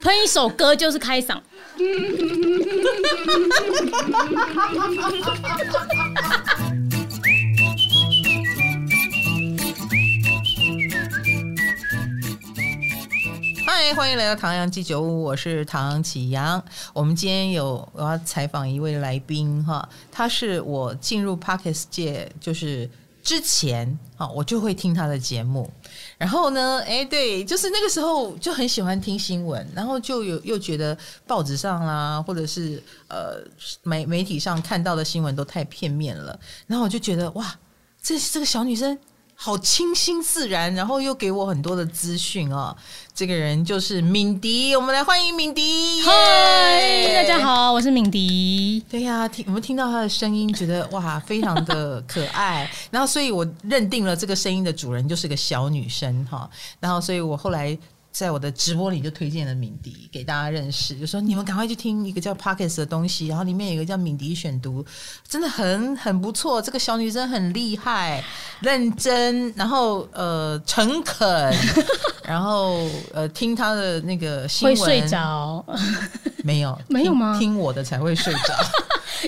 哼一首歌就是开嗓。嗨，欢迎来到唐阳鸡酒屋，我是唐启阳。我们今天有我要采访一位来宾哈，他是我进入 Parkes 界就是之前啊，我就会听他的节目。然后呢，哎，对，就是那个时候就很喜欢听新闻，然后就有又觉得报纸上啦，或者是呃媒媒体上看到的新闻都太片面了。然后我就觉得哇，这这个小女生好清新自然，然后又给我很多的资讯啊。这个人就是敏迪，我们来欢迎敏迪。嗨，大耶家。好，我是敏迪。对呀、听我们听到他的声音，觉得哇，非常的可爱。 然后，所以我认定了这个声音的主人就是个小女生哈。然后，所以我后来在我的直播里就推荐了敏迪给大家认识，就说你们赶快去听一个叫 Pockets 的东西，然后里面有一个叫敏迪选读，真的很很不错。这个小女生很厉害，认真，然后呃 诚恳，然后呃听她的那个新会闻睡着，没有？没有听吗听我的才会睡着。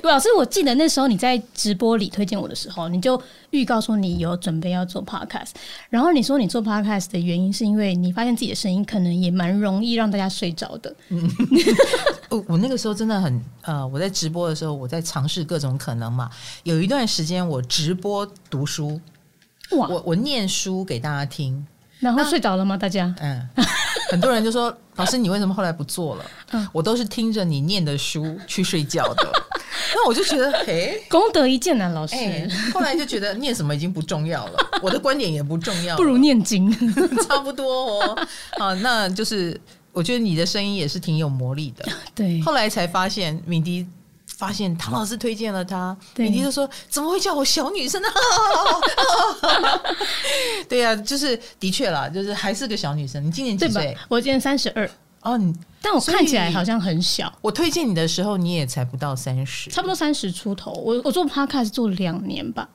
老师，我记得那时候你在直播里推荐我的时候，你就预告说你有准备要做 podcast，然后你说你做 podcast 的原因是因为你发现自己的声音可能也蛮容易让大家睡着的，我呃我那个时候真的很呃，我在直播的时候，我在尝试各种可能嘛。有一段时间我直播读书，哇！我我念书给大家听，然后睡着了吗？大家？嗯，很多人就说老师你为什么后来不做了？嗯我都是听着你念的书去睡觉的。 那我就觉得，嘿，功德一件啊，老师，哎、后来就觉得念什么已经不重要了，我的观点也不重要了，不如念经。差不多哦。好，那就是我觉得你的声音也是挺有魔力的。对，后来才发现，敏迪发现唐老师推荐了她，对敏迪就说：“怎么会叫我小女生呢、 对呀、就是的确啦，就是还是个小女生。你今年对几吧岁？？我今年三十二，哦，你但我看起来所以好像很小，我推荐你的时候，你也才不到三十，差不多三十出头。我我做 podcast 做两年吧，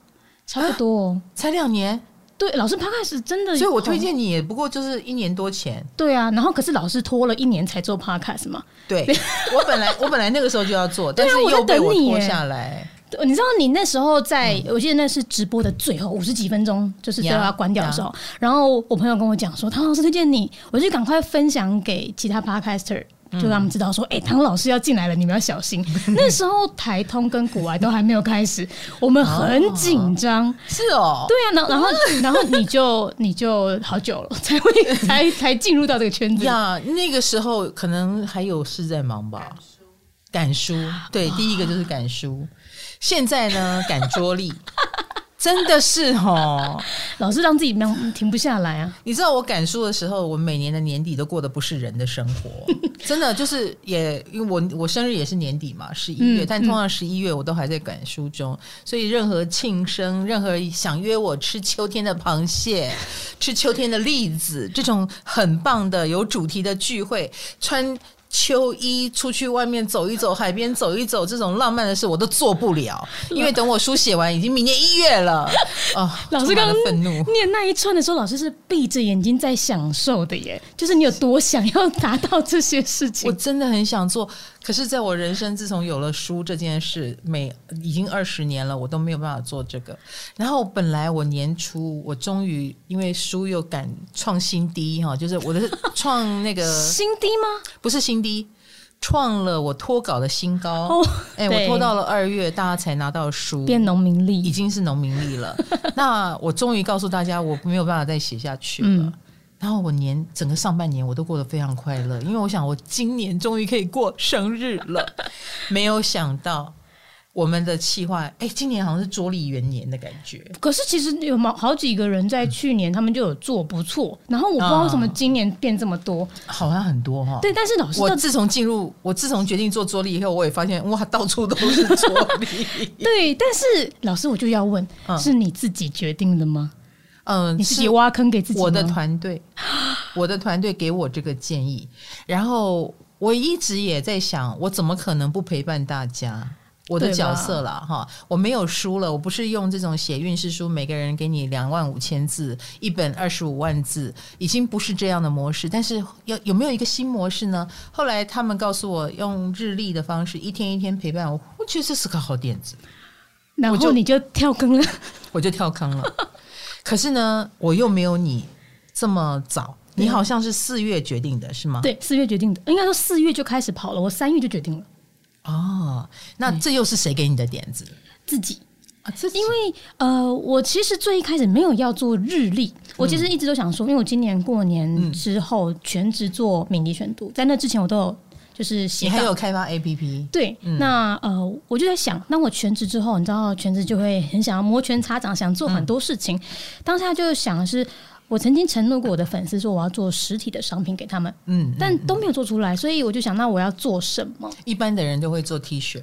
差不多哦。才两年，对，老师 podcast 真的，所以我推。荐你也不过就是一年多前。对啊，然后可是老师拖了一年才做 podcast 嘛。对我本来我本来那个时候就要做，但是啊我在又被等我你拖耶下来。对呃你知道你那时候在，我记得那是直播的最后五十几分钟，就是最后呀要关掉的时候。然后我朋友跟我讲说，唐老师推荐你，我就赶快分享给其他 podcaster，就让他们知道说，哎、唐老师要进来了，你们要小心。 那时候台通跟古玩都还没有开始，我们很紧张。是哦，对啊，然后然后然后你就你就好久了才会才才进入到这个圈子。 呀那个时候可能还有事在忙吧。赶书，对，第一个就是赶书。现在呢，赶桌历，真的是哦。老师让自己忙停不下来啊，你知道我赶书的时候，我每年的年底都过得不是人的生 活，真的就是也因为我我生日也是年底嘛，十一月，嗯但通常十一月我都还在赶书中，所以任何庆生，任何想约我吃秋天的螃蟹、 吃秋天的栗子这种很棒的有主题的聚会，穿。秋衣出去外面走一走，海边走一走，这种浪漫的事我都做不了，因为等我书写完，已经明年一月了。哦， 老师充满刚了刚愤怒，念那一串的时候，老师是闭着眼睛在享受的耶，就是你有多想要达到这些事我情。真的很想做，可是在我人生自从有了书这件事，每已经二十年了，我都没有办法做这个。然后本来我年初，我终于因为书又敢创新低哈，就是我的 创那个心低吗？不是新低，创了我脱稿的新高哦。哎、对我拖到了二月，大家才拿到书。变农民已力，经是农民 力了。那我终于告诉大家，我没有办法再写下去了。嗯然后我年整个上半年我都过得非常快乐，因为我想我今年终于可以过生日 了。没有想到我们的气划，哎，今年好像是桌历元年的感觉。可是其实有好好几个人在去年他们就有做不错，然后我不知道为什嗯么今年变这么多。好像很多哈、对，但是老师我到自从进入，我自从决定做桌历以后，我也发现哇，到处都是桌历。 对，但是老师我就要问，嗯是你自己决定的吗？嗯，你自是己挖坑给自己吗？我的团队， 我的团队给我这个建议，然后我一直也在想，我怎么可能不陪伴大家？我的对吧角色了哈，我没有书了，我不是用这种写运势书，每个人给你两万五千字，一本二十五万字，已经不是这样的模式。但是有有没有一个新模式呢？后来他们告诉我，用日历的方式，一天一天陪伴我，我觉得这是个好点子，然后你就跳坑了，我就跳坑了。 可是呢，我又没有你这么早，你好像是四月决定的是吗？对，四月决定的，应该说四月就开始跑了，我三月就决定了哦，那这又是谁给你的点子？自己。啊，这因为呃，我其实最一开始没有要做日历，我其实一直都嗯想说，因为我今年过年之后全职做敏迪选读，在那之前我都有就是嗯你写还稿有嗯开发 APP，对，那呃，我就在想，当我全职之后，你知道，全职就会很想要摩拳擦掌，想做嗯很多事情。当下就想的是，我曾经承诺过我的粉丝说我要做实体的商品给他们，嗯，但都没有做出来，所以我就想，那我要做什么？一般的人都会做 T 恤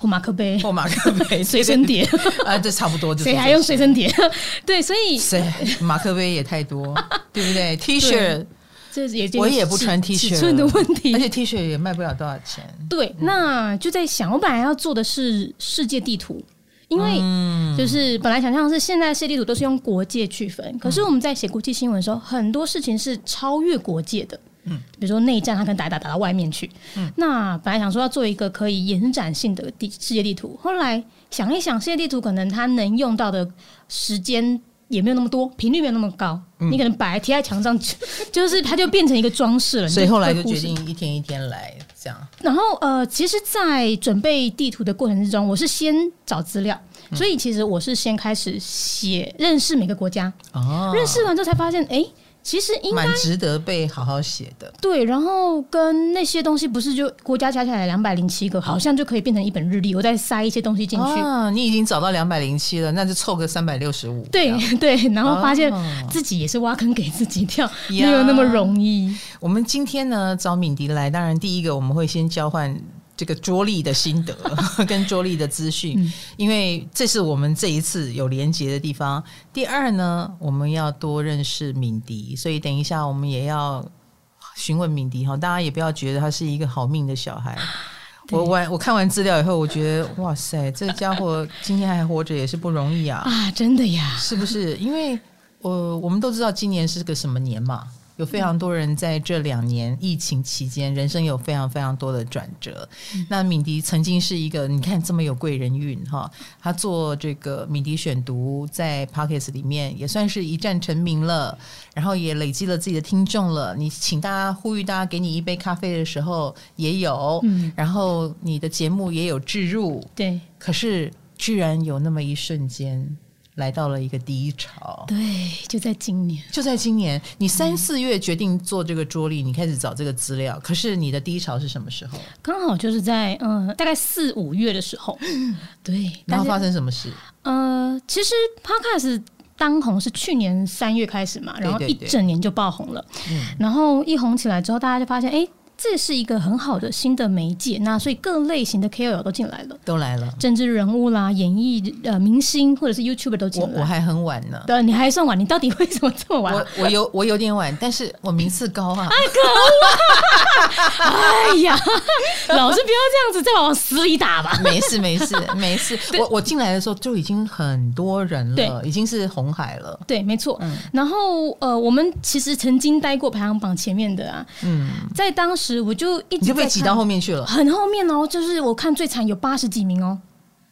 我马克杯、或马克杯、 随身 碟，啊，这差不多就是这谁些。还用随身碟？ 对，所以谁马克杯也太多，对不对？T 恤，这也我也不穿 T 恤尺寸的问而题。且 T 恤也卖不了多少钱。对，那就在想，我本来要做的是世界地图，因为嗯就是本来想象是现在世界地图都是用国界区嗯分，可是我们在写国际新闻的时候，很多事情是超越国界的。嗯，比如说内战，它可能打一打打到外面去。嗯，那本来想说要做一个可以延展性的地世界地图，后来想一想，世界地图可能它能用到的时间也没有那么多，频率没有那么高。嗯你可能摆贴在墙上， 就就是它就变成一个装饰了。你所以后来就会忽决视定一天一天来，这样然后呃，其实，在准备地图的过程之中，我是先找资料，嗯所以其实我是先开始写认识每个国家，哦，认识完之后才发现，哎、其实应该蛮值得被好好写的。对。然后跟那些东西不是就国家加起来两百零七个，好像就可以变成一本日历，我再塞一些东西进去。啊，你已经找到两百零七了，那就凑个三百六十五。对 对，然后发现哦自己也是挖坑给自己跳，没呀有那么容易。我们今天呢找敏迪来，当然第一个我们会先交换这个桌历的心得 跟桌历的资讯，嗯因为这是我们这一次有连结的地方。第二呢，我们要多认识敏迪，所以等一下我们也要询问敏迪哈，大家也不要觉得他是一个好命的小啊孩。我完我看完资料以后，我觉得哇塞，这家伙今天还活着也是不容易啊。啊，真的呀，是不是？因为呃，我们都知道今年是个什么年嘛，有非常多人在这两年疫情期间，人生有非常非常多的转折。那敏迪曾经是一个，你看这么有贵人运哈，他做这个敏迪选读，在 Pockets 里面也算是一战成名了，然后也累积了自己的听众了。你请大家呼吁大家给你一杯咖啡的时候也有，嗯然后你的节目也有置入，对可是居然有那么一瞬间来到了一个低潮。对，就在今年。就在今年，你三四月决定做这个桌历，你开始找这个资料。可是你的低潮是什么时候？刚好就是在嗯、呃大概四五月的时 候，对，然但后是发生什么事？呃，其实 Podcast 当红是去年三月开始嘛，然后对嗯一对对整年就爆红了，然后一红起来之后，大家就发现，哎、这是一个很好的新的媒介，那所以各类型的 KOL 都进来了，都来了，政治人物啦、演艺呃明星或者是 YouTuber 都进我来。我还很晚呢，对，你还算晚，你到底为什么这么晚？我我有我有点晚，但是我名次高 啊，哎呀， 老师不要这样子，再往死里打吧。没事没事没事。我我进来的时候就已经很多人了，已经是红海了。对，没错。嗯然后呃，我们其实曾经待过排行榜前面的啊，嗯，在当时我就一你直就被在挤看到后面去了。很后面哦，就是我看最惨有八十几名哦，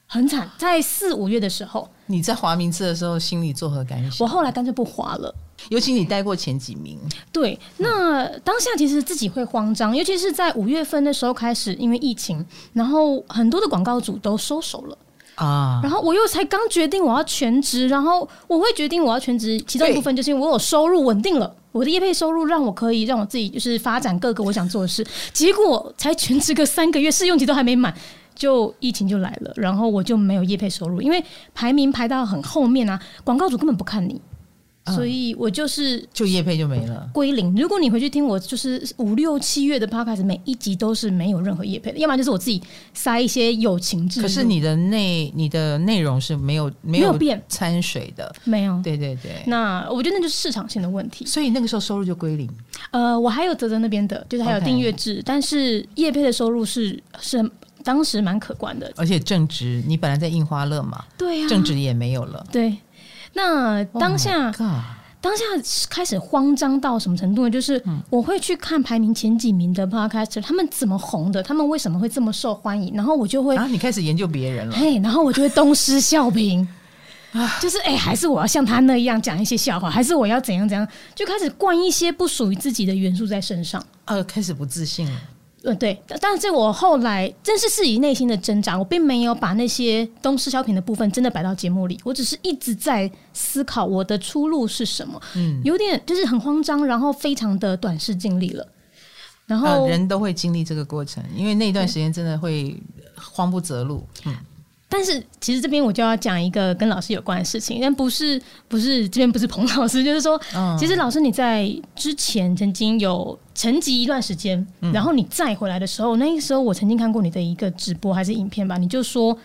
很惨。在四五月的时候，你在划名次的时候，心里作何感我想？后来干脆不滑了。尤其你待过前几名，对，那当下其实自己会慌张，尤其是在五月份的时候开始，因为疫情，然后很多的广告主都收手了，啊然后我又才刚决定我要全职，然后我会决定我要全职，其中一部分就是因为我有收入稳定了。我的业配收入让我可以让我自己就是发展各个我想做的事，结果才全职个三个月，试用期都还没满，就疫情就来了，然后我就没有业配收入，因为排名排到很后面啊，广告主根本不看你，嗯所以我就是就业配就没了。归零。如果你回去听我就是五六七月的 podcast，每一集都是没有任何业配的，要么就是我自己塞一些友情制度，可是你的内你的内容是没有嗯没没有变掺水的，没有。对对对，那我觉得那就是市场性的问题。所以那个时候收入就归零。呃，我还有泽泽那边的，就是还有 OK 订阅制但是业配的收入是是当时蛮可观的。而且正值你本来在印花乐嘛，对呀、正值也没有了。对。那当下 Oh my 当下开始慌张到什么程度呢？就是嗯我会去看排名前几名的 podcaster，他们怎么红的，他们为什么会这么受欢迎，然后我就会嗯 God，然后你开始研究别人了。嘿，然后我就会东施效颦，啊就是哎、还是我要像他那样讲一些笑话，还是我要怎样怎样，就开始灌一些不属于自己的元素在身上。呃，开始不自信了。嗯，对，但但是我后来这是自己内心的挣扎，我并没有把那些东施效颦的部分真的摆到节目里，我只是一直在思考我的出路是什么，嗯，有点就是很慌张，然后非常的短视尽力了，然后、呃，人都会经历这个过程，因为那一段时间真的会慌不择路。嗯，但是其实这边我就要讲一个跟老师有关的事情，但不是不是这边不是彭老师，就是说，嗯其实老师你在之前曾经有沉寂一段时间，然后你再回来的时候，那个时候我曾经看过你的一个直播还是影片吧，你就说，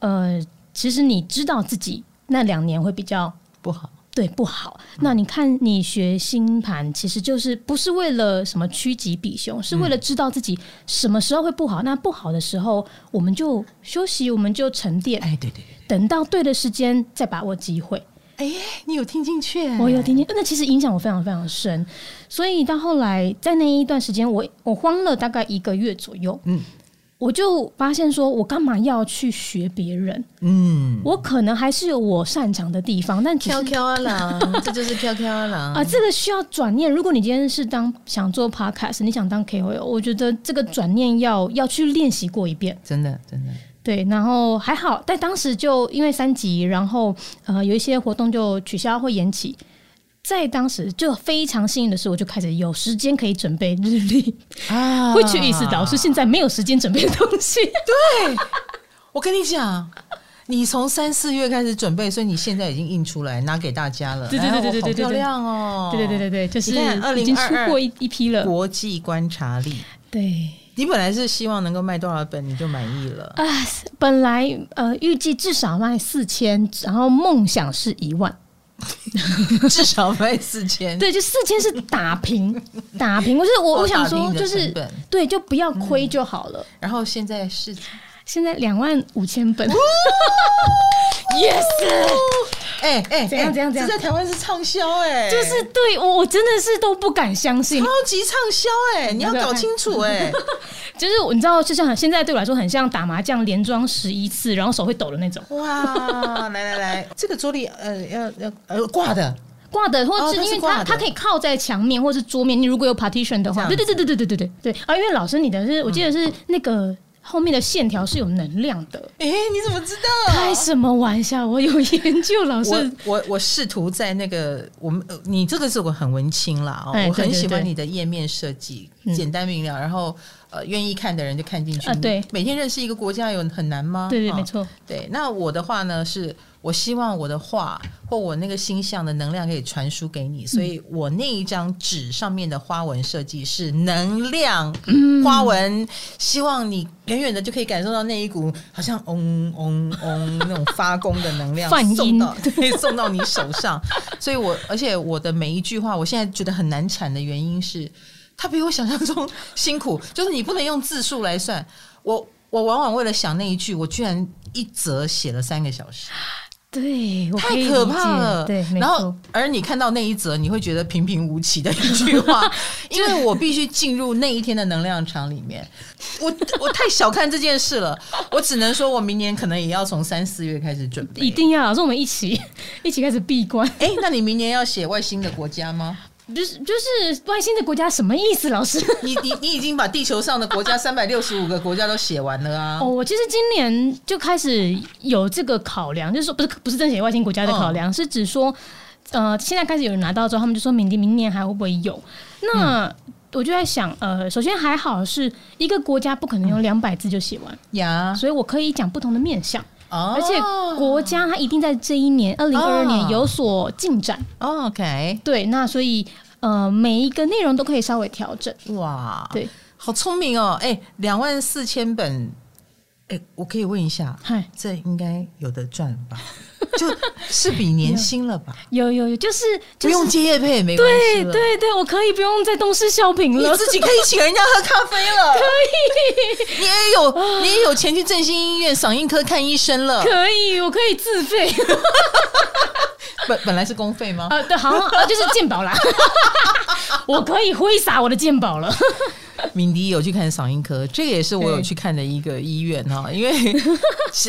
呃，其实你知道自己那两年会比较嗯不好。对不好。那你看，你学星盘其实就是不是为了什么趋吉避凶，是为了知道自己什么时候会不好。那不好的时候，我们就休息，我们就沉淀，哎，对对对，等到对的时间再把握机会。哎你有听进去、我哦有听见，那其实影响我非常非常深。所以到后来，在那一段时间，我我慌了大概一个月左右。嗯我就发现说，我干嘛要去学别人？嗯，我可能还是有我擅长的地方，但只是飘飘啊郎，这就是飘飘啊 郎。啊，这个需要转念。如果你今天是当想做 podcast，你想当 KOL，我觉得这个转念要要去练习过一遍。真的真的，对，然后还好，但当时就因为三级，然后呃有一些活动就取消或延期。在当时就非常幸运的是，我就开始有时间可以准备日历， 啊会去意识到是现在没有时间准备的东西。我跟你讲，你从三四月开始准备，所以你现在已经印出来拿给大家了。对对哎对对我对好对对漂亮哦！对对对对对，就是你看已经出2022过一一批了。国际观察力，对你本来是希望能够卖多少本你就满意 了，啊，本来呃预计至少卖四千，然后梦想是一万。至少卖四千。对，就四千是打平， 打平。我就是我，我想哦打平说，你的就是成本嗯对，就不要亏就好了。然后现在是现在两万五千本，yes，哎哎，怎样哎怎样怎样这在台湾是畅销哎，就是对我，我真的是都不敢相信超。级畅销哎，你要搞清 楚哎，就是我你知道，就像现在对我来说，很像打麻将连庄十一次，然后手会抖的那种。哇，来来来，这个桌历呃要要呃挂的，挂的，或哦是它因是为挂它的它可以靠在墙面或是桌面，你如果有 partition 的话，这样对对对对对对对对对啊！因为老师你的是，我记得是那个后面的线条是有能量的。哎，你怎么知开道？什么玩笑？我有研究，老师嗯我我我试图在那个我们呃你这个是我很文青啦哦，哎我很对对喜欢对你的页面设计，嗯简单明了，然后呃愿意看的人就看进去啊对你每天认识一个国家有很难吗？对对，啊没错，对，那我的话呢，是我希望我的画或我那个星象的能量可以传输给嗯你，所以我那一张纸上面的花纹设计是能量嗯花纹，希望你远远的就可以感受到那一股好像嗡嗡嗡那种发功的能量泛音送到对送到你手上，所以我而且我的每一句话，我现在觉得很难产的原因是。它比我想象中辛苦，就是你不能用字数来算。我我往往为了想那一句，我居然一则写了三个小时，对，我以太理可怕了。解对，没然后错，而你看到那一则，你会觉得平平无奇的一 句话，因为我必须进入那一天的能量场里面。我我太小看这件事了，我只能说我明年可能也要从三四月开始准备。一定要老师，我们一起 一起开始闭关。哎、那你明年要写外星的国家吗？就是就是外星的国家什么意思，老师？你你你已经把地球上的国家三百六十五个国家都写完了啊！ 哦，我其实今年就开始有这个考量，就是说不是不是真写外星国家的考量，是指说，呃，现在开始有人拿到之后，他们就说明年明年还会不会有？那、我就在想，呃，首先还好是一个国家不可能用两百字就写完，呀，所以我可以讲不同的面向。哦而且国家它一定在这一年二零二二年有所进展，哦 OK，对，那所以呃每一个内容都可以稍微调整，哇，对，好聪明哦！哎、两万四千本，哎、我可以问一下，嗨，这应该有的赚 吧？就是比年薪了吧？有有有，就是 不就是用接业配也没关对系了，对对，我可以不用再东施效颦你了，自己可以请人家喝咖啡了，可以你也有你也有钱去振兴医院嗓音科看医生了，可以，我可以自费 本本来是公费吗？啊，对，好像啊，就是鉴宝啦， 我可以挥洒我的鉴宝了。敏迪有去看嗓音科，这个也是我有去看的一个医院哈， 因为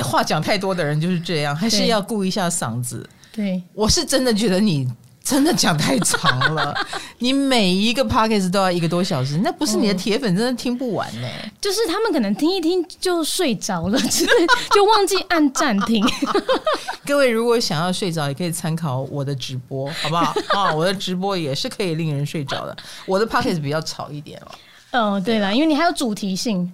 话讲太多的人就是这样，还是对要顾一下嗓子。对，我是真的觉得你真的讲太长了， 你每一个 p o c k e t 都要一个多小时，那不是你的铁粉真的听不完呢、就是他们可能听一听就睡着了， 之类，就忘记按暂停。 各位如果想要睡着，也可以参考我的直播，好 不好？啊，我的直播也是可以令人睡着的。我的 p o c k e t 比较吵一点哦，哦，对了，因为你还有主题性，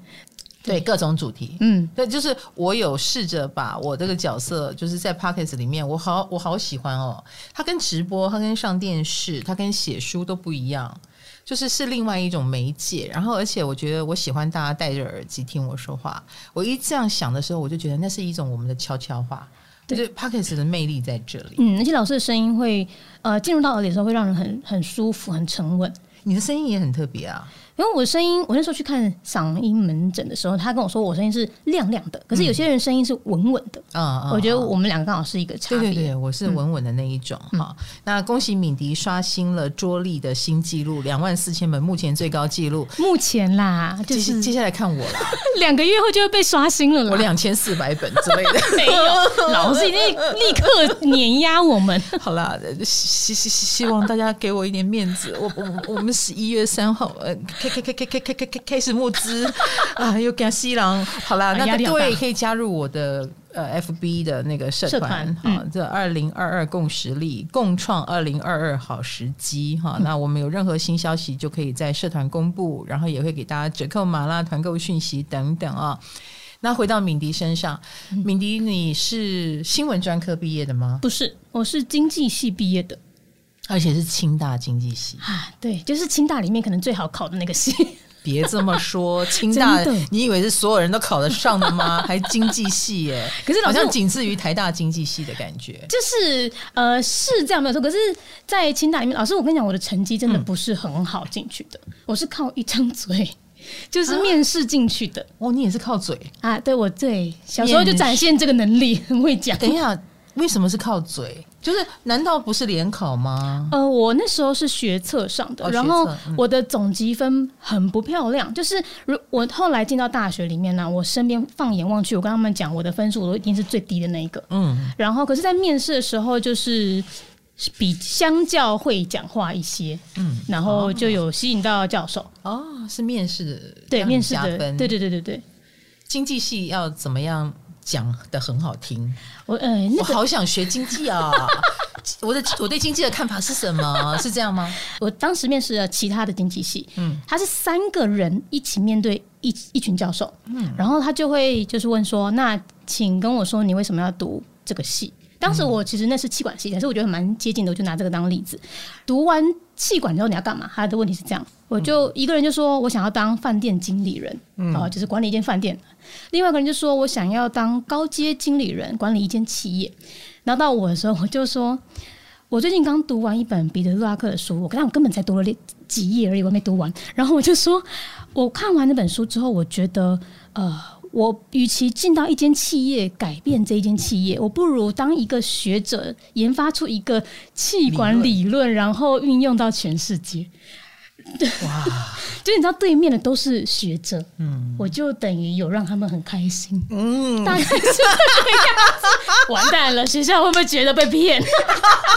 对各种主题。嗯，对，就是我有试着把我这个角色，就是在 p o c k e t 里面，我好我好喜欢哦。它跟直播，它跟上电视，它跟写书都不一样，就是是另外一种媒介。然后，而且我觉得我喜欢大家戴着耳机听我说话。我一这样想的时候，我就觉得那是一种我们的悄悄话。就对是 p o c k e t 的魅力在这里。嗯，而且老师的声音会，呃，进入到耳里的时候会让人很很舒服、很沉稳。你的声音也很特别啊，因为我的声音，我那时候去看嗓音门诊的时候，他跟我说我声音是亮亮的，可是有些人声音是稳稳的。嗯，嗯我觉得我们两个刚好是一个差对别。嗯对对，我是稳稳的那一种哈、那恭喜敏迪刷新了桌历的新纪录，两万四千本，目前最高纪录。目前啦，就接下是 接下来看我了，两个月后就会被刷新了我啦。两千四百本之类的。没有，老师已经立刻碾压我们。 好啦，呃希希希希望大家给我一点面子。我我我们十一月三号呃开开开开开开开开开始募资啊，又给西郎。好啦，啊那压力各好大位也可以加入我的呃 FB 的那个社社团团嗯哈，这二零二二共实力，共创二零二二好时机哈。嗯那我们有任何新消息就可以在社团公布，然后也会给大家折扣码啦、团购讯息等等啊。那回到敏迪身上，嗯敏迪你是新闻专科毕业的吗？ 不是，我是经济系毕业的而且是清大经济 系，啊，对，就是清大里面可能最好考的那个系。 别这么说，清大真的，你以为是所有人都考得上的 吗？还经济系耶、可是老好师像仅次于台大经济系的感觉。就是呃是这样没有错，可是，在清大里面，老师我跟你讲，我的成绩真的不是很好进去的，我是靠一张嘴，就是面试进去的哦，你也是靠嘴？啊对，我对小时候就展现这个能力，很会讲。等一下，为什么是靠嘴？就是难道不是联考吗？呃，我那时候是学测上的，哦然后学测嗯我的总积分很不漂亮。就是如我后来进到大学里面呢、我身边放眼望去，我跟他们讲我的分数，我都一定是最低的那一个。嗯，然后可是，在面试的时候，就是是比相较会讲话一些，嗯，然后就有吸引到教授，哦，是面试的，对让你面试加的，分。对对对对对，经济系要怎么样讲的很好听？我呃那我好想学经济啊！ 我的我对经济的看法是什么？是这样吗？我当时面试了其他的经济系，嗯嗯，他是三个人一起面对一一群教授，嗯，然后他就会就是问说，那请跟我说你为什么要读这个系？当时我其实那是气管系，但是我觉得蛮接近的，我就拿这个当例子。读完气管之后你要干嘛？他的问题是这样，我就一个人就说我想要当饭店经理人，嗯、就是管理一间饭店；另外一个人就说我想要当高阶经理人，管理一间企业。然后到我的时候，我就说我最近刚读完一本彼得·洛拉克的书，我看我根本才读了几页而已，我还没读完。然后我就说，我看完那本书之后，我觉得，呃，我与其进到一间企业改变这一间企业，我不如当一个学者，研发出一个气管理论，然后运用到全世界。哇！就你知道，对面的都是学者，嗯，我就等于有让他们很开心，嗯， 大概是这个样子。完蛋了，学校会不会觉得被骗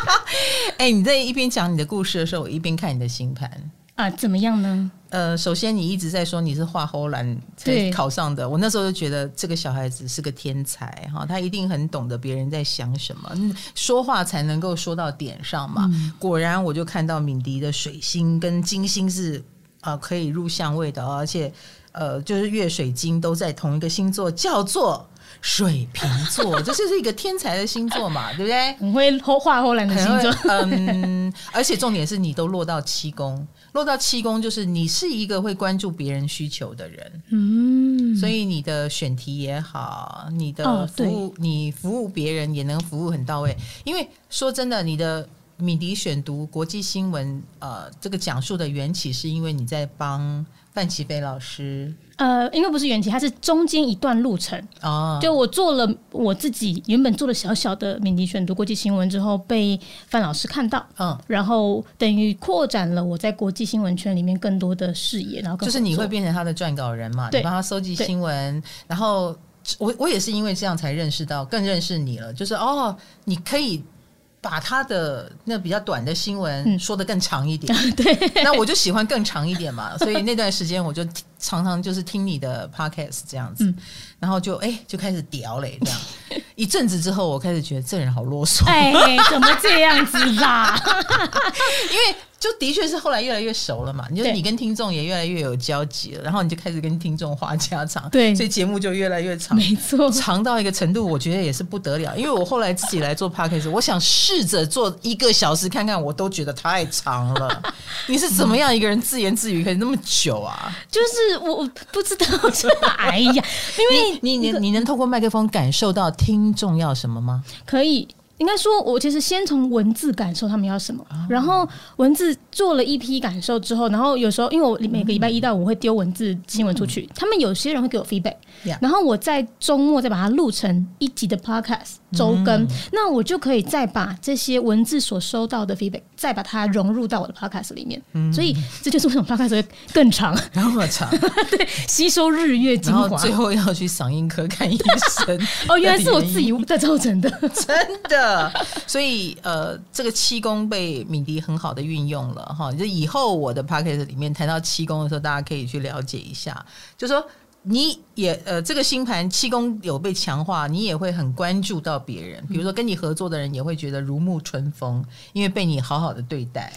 哎、你在一边讲你的故事的时候，我一边看你的星盘。啊？怎么样呢？呃，首先你一直在说你是画后兰才对考上的，我那时候就觉得这个小孩子是个天才哈，他一定很懂得别人在想什么，嗯说话才能够说到点上嘛。果然，我就看到敏迪的水星跟金星是呃可以入相位的，哦而且呃就是月水金都在同一个星座，叫做水瓶座，这就是一个天才的星座嘛，对不对？很会画后来的星座， 嗯，而且重点是你都落到七宫，落到七宫就是你是一个会关注别人需求的人，嗯，所以你的选题也好，你的哦服务、你服务别人也能服务很到位。因为说真的，你的米迪选读国际新闻，呃，这个讲述的缘起是因为你在帮范琪飞老师呃，因为不是原题，它是中间一段路程。哦，就我做了我自己原本做的小小的敏迪选读国际新闻之后，被范老师看到，嗯，然后等于扩展了我在国际新闻圈里面更多的视野，然后更就是你合会作变成他的撰稿人嘛，你对帮他搜集新闻，然后我我也是因为这样才认识到，更认识你了，就是哦，你可以。把他的那比较短的新闻嗯说的更长 一点，对，那我就喜欢更长一点嘛， 所以那段时间我就常常就是听你的 podcast 这样嗯子，然后就哎、就开始屌嘞这样，一阵子之后我开始觉得这人好啰嗦，哎，怎么这样子啦？ 因为就的确是后来越来越熟了嘛，你就是对你跟听众也越来越有交集了，然后你就开始跟听众话家常，对所以节目就越来越长。没错，长到一个程度，我觉得也是不得了。因为我后来自己来做 podcast，我想试着做一个小时看看，我都觉得太长了。 你是怎么样一个人自言自语可以那么久啊？就是我我不知道，这 哎呀，因为你你你能透过麦克风感受到听众要什么 吗？可以。应该说，我其实先从文字感受他们要什么，啊然后文字做了一批感受之后，然后有时候因为我每个礼拜一到五会丢文字新闻出去，他们有些人会给我 feedback，、嗯 Yeah 然后我在周末再把它录成一集的 podcast 周更，嗯那我就可以再把这些文字所收到的 feedback 再把它融入到我的 podcast 里面，嗯所以这就是为什么 podcast 会更长， 那么长，吸收日月精然后华。。最后要去嗓音科看医生 哦，原来是我自己在造成的。真的。所以呃，这个气功被敏迪很好的运用了哈。就以后我的 p a c k a g e 里面谈到气功的时候，大家可以去了解一下，就说。你也呃，这个星盘气功有被强化，你也会很关注到别人，比如说跟你合作的人也会觉得如沐春风，因为被你好好的对待。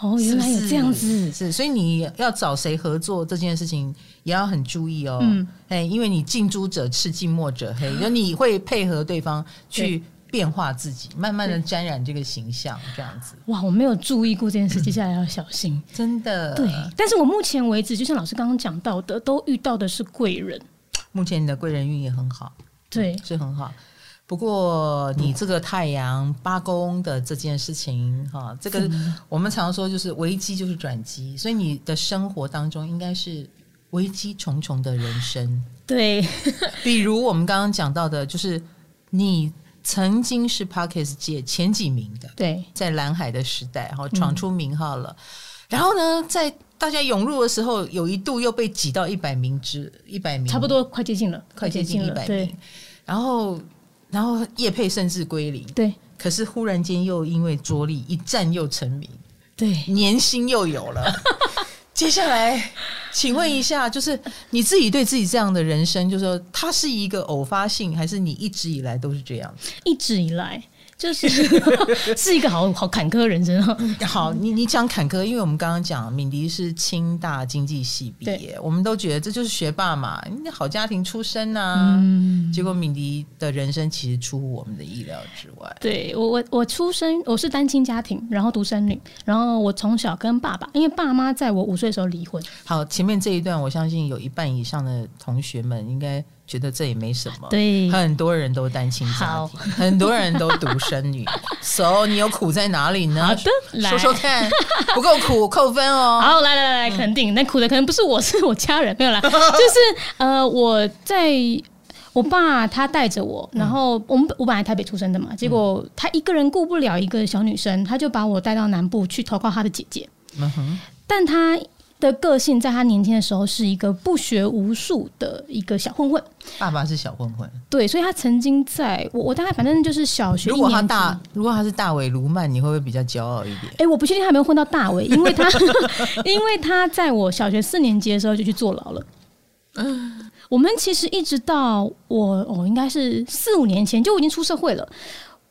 哦，原来有这样子。是是，所以你要找谁合作这件事情也要很注意哦。嗯嗯，啊哎，因为你近朱者赤，近墨者黑，就你会配合对方去变化自己，慢慢的沾染这个形象，这样子哇，我没有注意过这件事，接下来要小心。真的。对，但是我目前为止，就像老师刚刚讲到的，都遇到的是贵人。目前你的贵人运也很好，对，是很好。不过你这个太阳八宫的这件事情哈，这个我们常说就是危机就是转机，所以你的生活当中应该是危机重重的人生。对，比如我们刚刚讲到的，就是你曾经是 Parkes 界前几名的，对，在蓝海的时代，然后闯出名号了。然后呢，在大家涌入的时候，有一度又被挤到一百名之一百名，差不多快接近了，快接近一百了。对名，。然后，然后叶佩甚至归零，对，可是忽然间又因为着力一战又成名，对，年薪又有了。接下来，请问一下，就是你自己对自己这样的人生，就是说它是一个偶发性，还是你一直以来都是这样？一直以来就是 是一个好好坎坷的人生哦。好，你你讲坎坷，因为我们刚刚讲敏迪是清大经济系毕业，我们都觉得这就是学霸嘛，人家好家庭出身啊。结果敏迪的人生其实出乎我们的意料之外。对我，我我出生我是单亲家庭，然后独生女，然后我从小跟爸爸，因为爸妈在我五岁的时候离婚，好，前面这一段，我相信有一半以上的同学们应该觉得这也没什么。对，很多人都单亲家嗯好庭，很多人都独生 女。so 你有苦在哪里呢？好的来说 说看，不够苦扣分哦。嗯好，来来来来，肯定，那苦的可能不是我，是我家人，没有 啦，就是呃，我在我爸他带着我，然后嗯我们我本来台北出生的嘛，结果他一个人顾不了一个小女生，他就把我带到南部去投靠他的姐姐，嗯哼，但他。的个性，在他年轻的时候是一个不学无术的一个小混混，爸爸是小混混。对，所以他曾经在我我大概反正就是小学一如果年级，他大，如果他是大尾卢曼，你会不会比较骄傲一点？哎、我不确定他有没有混到大尾，因为他 因为他在我小学四年级的时候就去坐牢了。我们其实一直到我哦，应该是四五年前就我已经出社会了。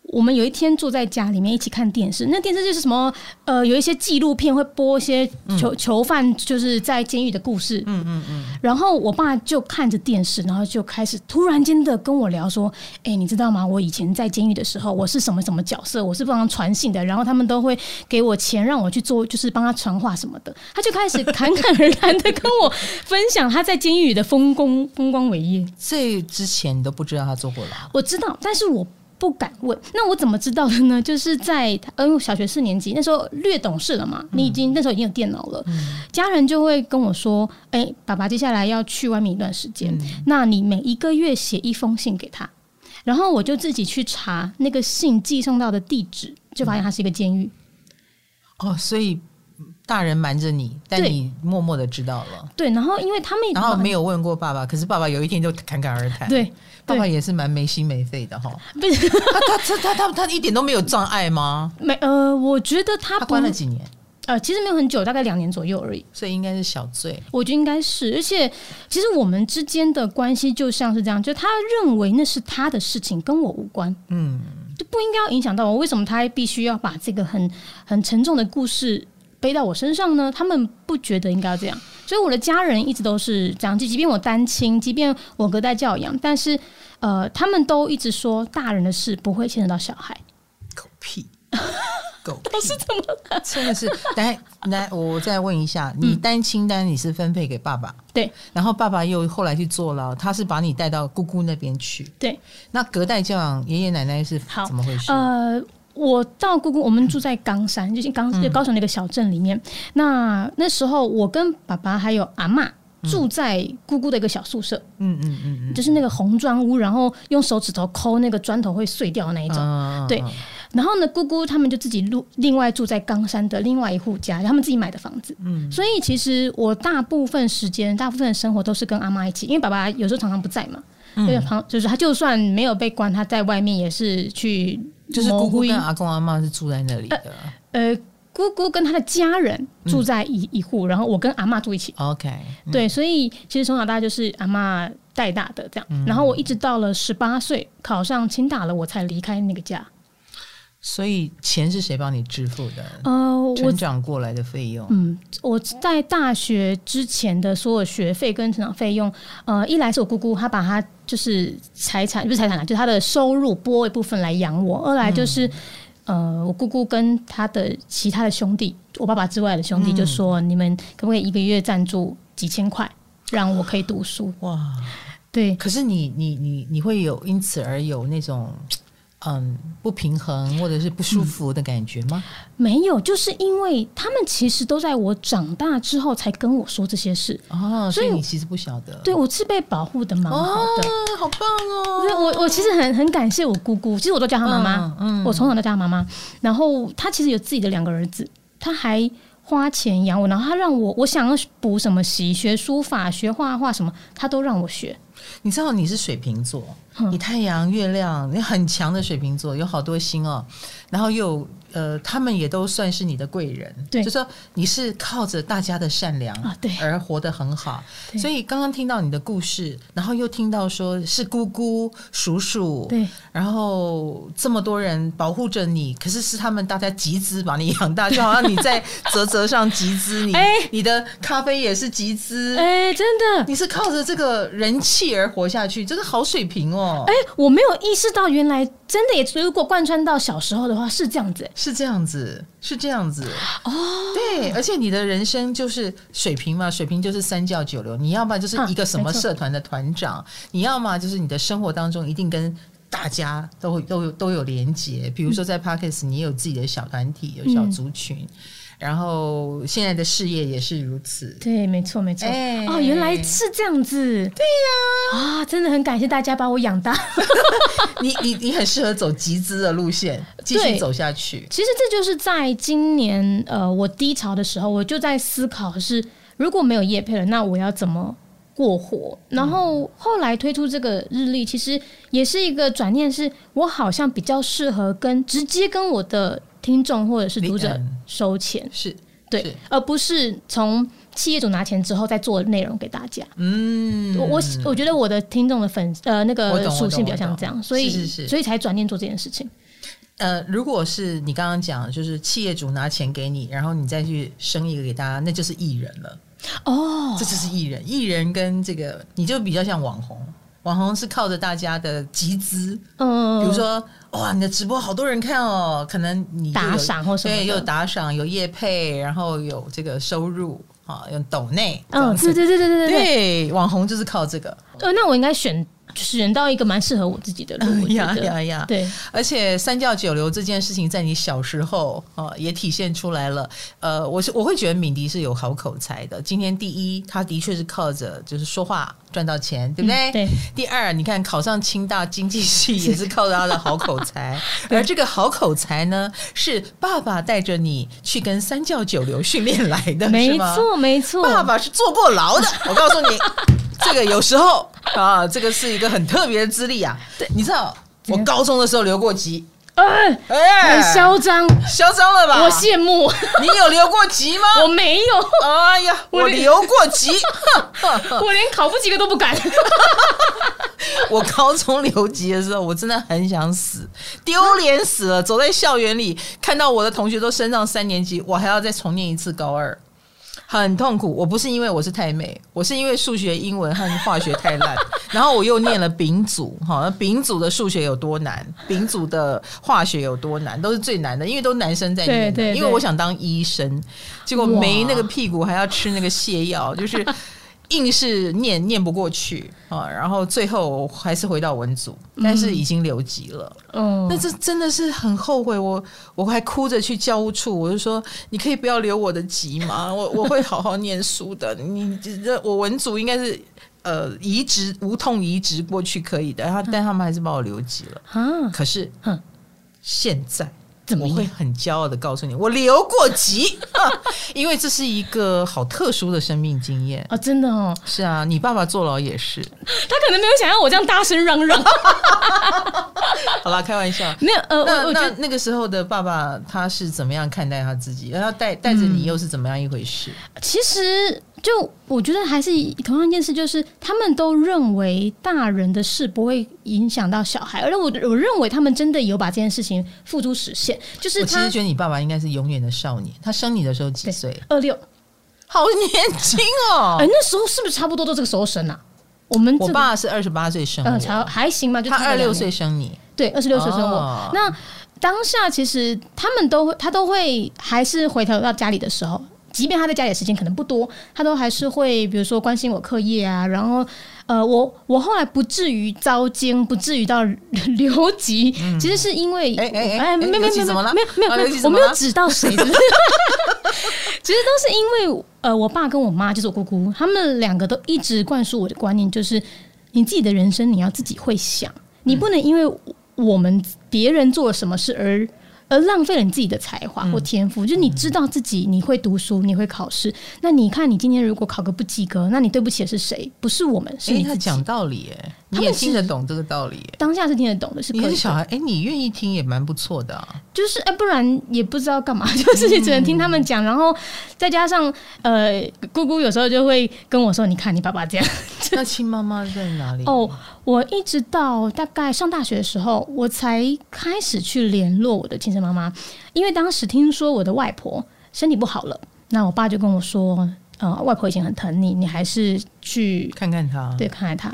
我们有一天坐在家里面一起看电视，那电视就是什么呃，有一些纪录片会播一些囚、囚犯就是在监狱的故事，嗯嗯嗯。然后我爸就看着电视，然后就开始突然间的跟我聊说：“哎、你知道吗？我以前在监狱的时候，我是什么什么角色，我是帮忙传信的，然后他们都会给我钱让我去做，就是帮他传话什么的。”他就开始侃侃而谈的跟我分享他在监狱里的丰功风光伟业。这之前你都不知道他坐过牢，我知道，但是我不敢问。那我怎么知道的呢？就是在嗯小学四年级那时候略懂事了嗯嘛，你已经那时候已经有电脑了，家人就会跟我说：“哎、爸爸接下来要去外面一段时间，嗯那你每一个月写一封信给他。”然后我就自己去查那个信寄送到的地址，就发现它是一个监狱。嗯哦，所以大人瞒着你，但对你默默的知道了，对，然后因为他们然后没有问过爸爸，可是爸爸有一天就侃侃而谈。，对爸爸对也是蛮没心没肺的哈。 不是他他他他他他一点都没有障碍吗？没呃，我觉得他他不关了几年，呃，其实没有很久，大概两年左右而已。所以应该是小罪。我觉得应该是，而且其实我们之间的关系就像是这样，就他认为那是他的事情，跟我无关，嗯，就不应该要影响到我。为什么他必须要把这个很很沉重的故事背到我身上呢？他们不觉得应该要这样，所以我的家人一直都是这样。就即便我单亲，即便我隔代教养，但是呃，他们都一直说大人的事不会牵扯到小孩。狗 屁，狗屁是怎么嗯了？真的是，来来，我再问一下，你单亲单你是分配给爸爸，对然后爸爸又后来去坐牢，他是把你带到姑姑那边去。对，那隔代教养，爷爷奶奶是好怎么回事？呃，我到姑姑，我们住在冈山，就是冈嗯就高雄的一个小镇里面。那那时候我跟爸爸还有阿嬷住在姑姑的一个小宿舍，嗯嗯嗯嗯，就是那个红砖屋，然后用手指头抠那个砖头会碎掉的那一种。嗯对，然后呢，姑姑他们就自己住，另外住在冈山的另外一户家，他们自己买的房子。嗯，所以其实我大部分时间、大部分的生活都是跟阿妈一起，因为爸爸有时候常常不在嘛。嗯对，旁就是他，就算没有被关，他在外面也是去就是姑蘑姑菇跟营阿公阿妈是住在那里的。呃，姑姑跟她的家人住在一、一户，然后我跟阿嬷住一起。 OK，对，所以其实从小到大就是阿嬷带大的这样。嗯然后我一直到了十八岁考上清大了，我才离开那个家。所以钱是谁帮你支付的？呃，我成长过来的费用，嗯，我在大学之前的所有学费跟成长费用，呃，一来是我姑姑她把她就是财产不是财产啦，就是她的收入拨一部分来养我；二来就是、呃，我姑姑跟她的其他的兄弟，我爸爸之外的兄弟就说，你们可不可以一个月赞助几千块，让我可以读书？哇！对，可是你你你你会有因此而有那种嗯不平衡或者是不舒服的感觉吗？没有，就是因为他们其实都在我长大之后才跟我说这些事，哦，所所以以你其实不晓得。对我是被保护的蛮好的。啊，好棒哦！所以我我其实很很感谢我姑姑，其实我都叫她嗯妈妈，嗯我从小都叫她妈妈。然后她其实有自己的两个儿子，她还花钱养我，然后她让我我想要补什么习，学书法、学画画什么，她都让我学。你知道你是水瓶座，你太阳、月亮，你很强的水瓶座，有好多星哦。然后又有呃，他们也都算是你的贵人，对就说你是靠着大家的善良啊对而活得很好。对所以刚刚听到你的故事，然后又听到说是姑姑、叔叔，对，然后这么多人保护着你，可是是他们大家集资把你养大，就好像你在泽泽上集资，你、哎你的咖啡也是集资，哎、真的，你是靠着这个人气而活下去，这个好水平哦，哎、我没有意识到原来真的也，如果贯穿到小时候的话是这样子、哎是这样子，是这样子哦，对，而且你的人生就是水平嘛，水平就是三教九流，你要么就是一个什么啊没错社团的团长，你要么就是你的生活当中一定跟。大家都会都有都有连结，比如说嗯在 Parkes，你也有自己的小团体，有小族群，然后现在的事业也是如此。对，没错，没错。哎哦，原来是这样子。对呀、啊，真的很感谢大家把我养大。你你你很适合走集资的路线，继续对走下去。其实这就是在今年呃我低潮的时候，我就在思考是如果没有业配了，那我要怎么过活？然后后来推出这个日历，其实也是一个转念是，我好像比较适合跟直接跟我的听众或者是读者嗯收钱，是是对，而不是从企业主拿钱之后再做内容给大家。嗯，我我我觉得我的听众的粉呃那我懂个我懂属性比我较像懂这样，所以是是是所以才转念做这件事情。呃，如果是你刚刚讲，就是企业主拿钱给你，然后你再去生一个给大家，那就是艺人了。哦，这就是艺人，艺人跟这个你就比较像网红，网红是靠着大家的集资，嗯，比如说哇，你的直播好多人看哦，可能你就有打赏或什么的对，有打赏，有业配，然后有这个收入啊，有抖内，这嗯，样对子对对对对对。对，网红就是靠这个。呃，那我应该选选到一个蛮适合我自己的嗯路，我觉 呀得。呀呀！对，而且三教九流这件事情，在你小时候哦也体现出来了。呃，我是我会觉得敏迪是有好口才的。今天第一，他的确是靠着就是说话赚到钱，对不对？嗯对，第二，你看考上清大经 济系也是靠着他的好口才， 而这个好口才呢，是爸爸带着你去跟三教九流训练来的，没是吗？错，没错。爸爸是坐过牢的， 我告诉你，这个有时候啊，这个是一个很特别的资历啊。你知道我高中的时候留过级，哎，哎、很嚣张，嚣张了吧？我羡慕，你有留过级吗？ 我没有，哎呀，我我留过 级， 哼哼哼我连考不及格都不敢。 我高中留级的时候，我真的很想死，丢脸死了。走在校园里，看到我的同学都升上三年级，我还要再重念一次高二，很痛苦。我不是因为我是太美，我是因为数学、英文和化学太烂，然后我又念了丙组，哈，丙组的数学有多难，丙组的化学有多难，都是最难的，因为都男生在念对的。对对因为我想当医生，结果哇没那个屁股，还要吃那个泻药，就是。硬是念念不过去啊，然后最后还是回到文组，但是已经留级了。嗯那，这真的是很后悔，我我还哭着去教务处，我就说你可以不要留我的级吗？ 我我会好好念书的。你这我文组应该是呃移植无痛移植过去可以的，嗯然后但他们还是把我留级了。啊，可是哼现在。怎么我会样？很骄傲的告诉你，我留过级， 因为这是一个好特殊的生命经验。哦，真的 哦，是啊，你爸爸坐牢也是。他可能没有想要我这样大声嚷 嚷，好啦，开玩笑。没有，呃，那我我觉那得，那个时候的爸爸他是怎么样看待他自己？然后带带着你又是怎么样一回事？其实就我觉得还是同样一件事，就是他们都认为大人的事不会影响到小孩，而且我我认为他们真的有把这件事情付诸实现，就是我其实他觉得你爸爸应该是永远的少年。他生你的时候几对岁？哦二六，好年轻 哦！哎，那时候是不是差不多都这个时候生啊？我们我这个爸是二十八岁生呃，才我，还行吧，就他差二个两六年岁生你。对，二十六岁生我。哦那当下其实他们都会，他都会还是回头到家里的时候，即便他在家里的时间可能不多，他都还是会比如说关心我课业啊，然后呃，我我后来不至于遭惊，不至于到留级，其实是因为哎哎哎哎没没没留级没怎么了没有没有啊没有留级，我怎么没有了指到谁，只是其实都是因为呃，我爸跟我妈就是我姑姑，他们两个都一直灌输我的观念，就是你自己的人生你要自己会想，嗯你不能因为我们别人做了什么事而。而浪费了你自己的才华嗯或天赋，就是你知道自己你会读书，你会考试。那你看，你今天如果考个不及格，那你对不起的是谁？不是我们，是哎、你他自己。讲道理哎，他你们也是听得懂这个道理耶。当下是听得懂的，是可你以是的。小孩，哎、你愿意听也蛮不错的、啊。就是哎、不然也不知道干嘛，嗯就是你只能听他们讲，然后再加上呃，姑姑有时候就会跟我说：“你看你爸爸这样。 那亲妈妈在哪里？哦，我一直到大概上大学的时候，我才开始去联络我的亲生妈妈，因为当时听说我的外婆身体不好了，那我爸就跟我说：“呃，外婆以前很疼你，你还是去看看他。对，看爱他。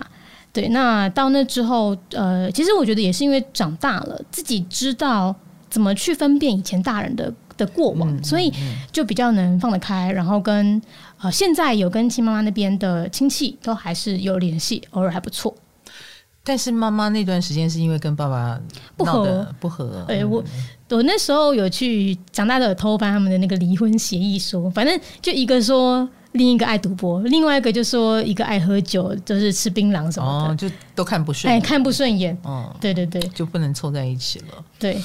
对，那到那之后，呃，其实我觉得也是因为长大了，自己知道怎么去分辨以前大人的的过往，所以就比较能放得开。然后跟呃，现在有跟亲妈妈那边的亲戚都还是有联系，偶尔还不错。但是妈妈那段时间是因为跟爸爸不闹合得不合。哎、我我那时候有去长大的有偷翻他们的那个离婚协议说反正就一个说另一个爱赌博，另外一个就说一个爱喝酒，就是吃槟榔什么哦，的，就都看不顺哎、眼。看不顺眼。嗯，对对对就不能凑在一起了对，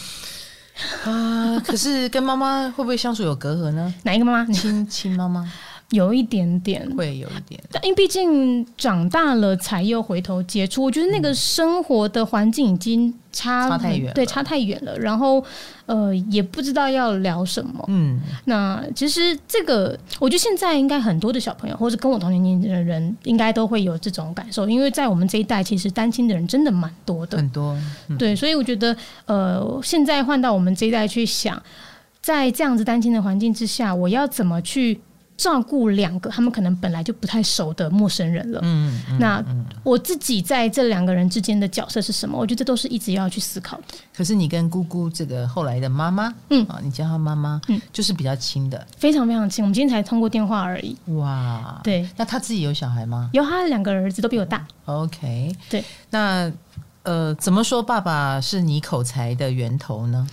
啊！可是跟妈妈会不会相处有隔阂 呢？哪一个妈妈？ 亲亲妈妈有一点点，会有一点，但因为毕竟长大了才又回头接触，我觉得那个生活的环境已经差嗯差太很远了对，差太远了。然后呃，也不知道要聊什么。嗯，那其实这个，我觉得现在应该很多的小朋友，或者跟我同年龄的人，应该都会有这种感受，因为在我们这一代，其实单亲的人真的蛮多的。很多，嗯，对，所以我觉得，呃，现在换到我们这一代去想，在这样子单亲的环境之下，我要怎么去照顾两个他们可能本来就不太熟的陌生人了。嗯，嗯那我自己在这两个人之间的角色是什么？我觉得这都是一直要去思考的。可是你跟姑姑这个后来的妈妈，嗯啊，你叫她妈妈，嗯，就是比较亲的，非常非常亲，我们今天才通过电话而已。哇，，对，那她自己有小孩吗有他两个儿子都比我大， ？OK，对，那呃，怎么说爸爸是你口才的源头 呢？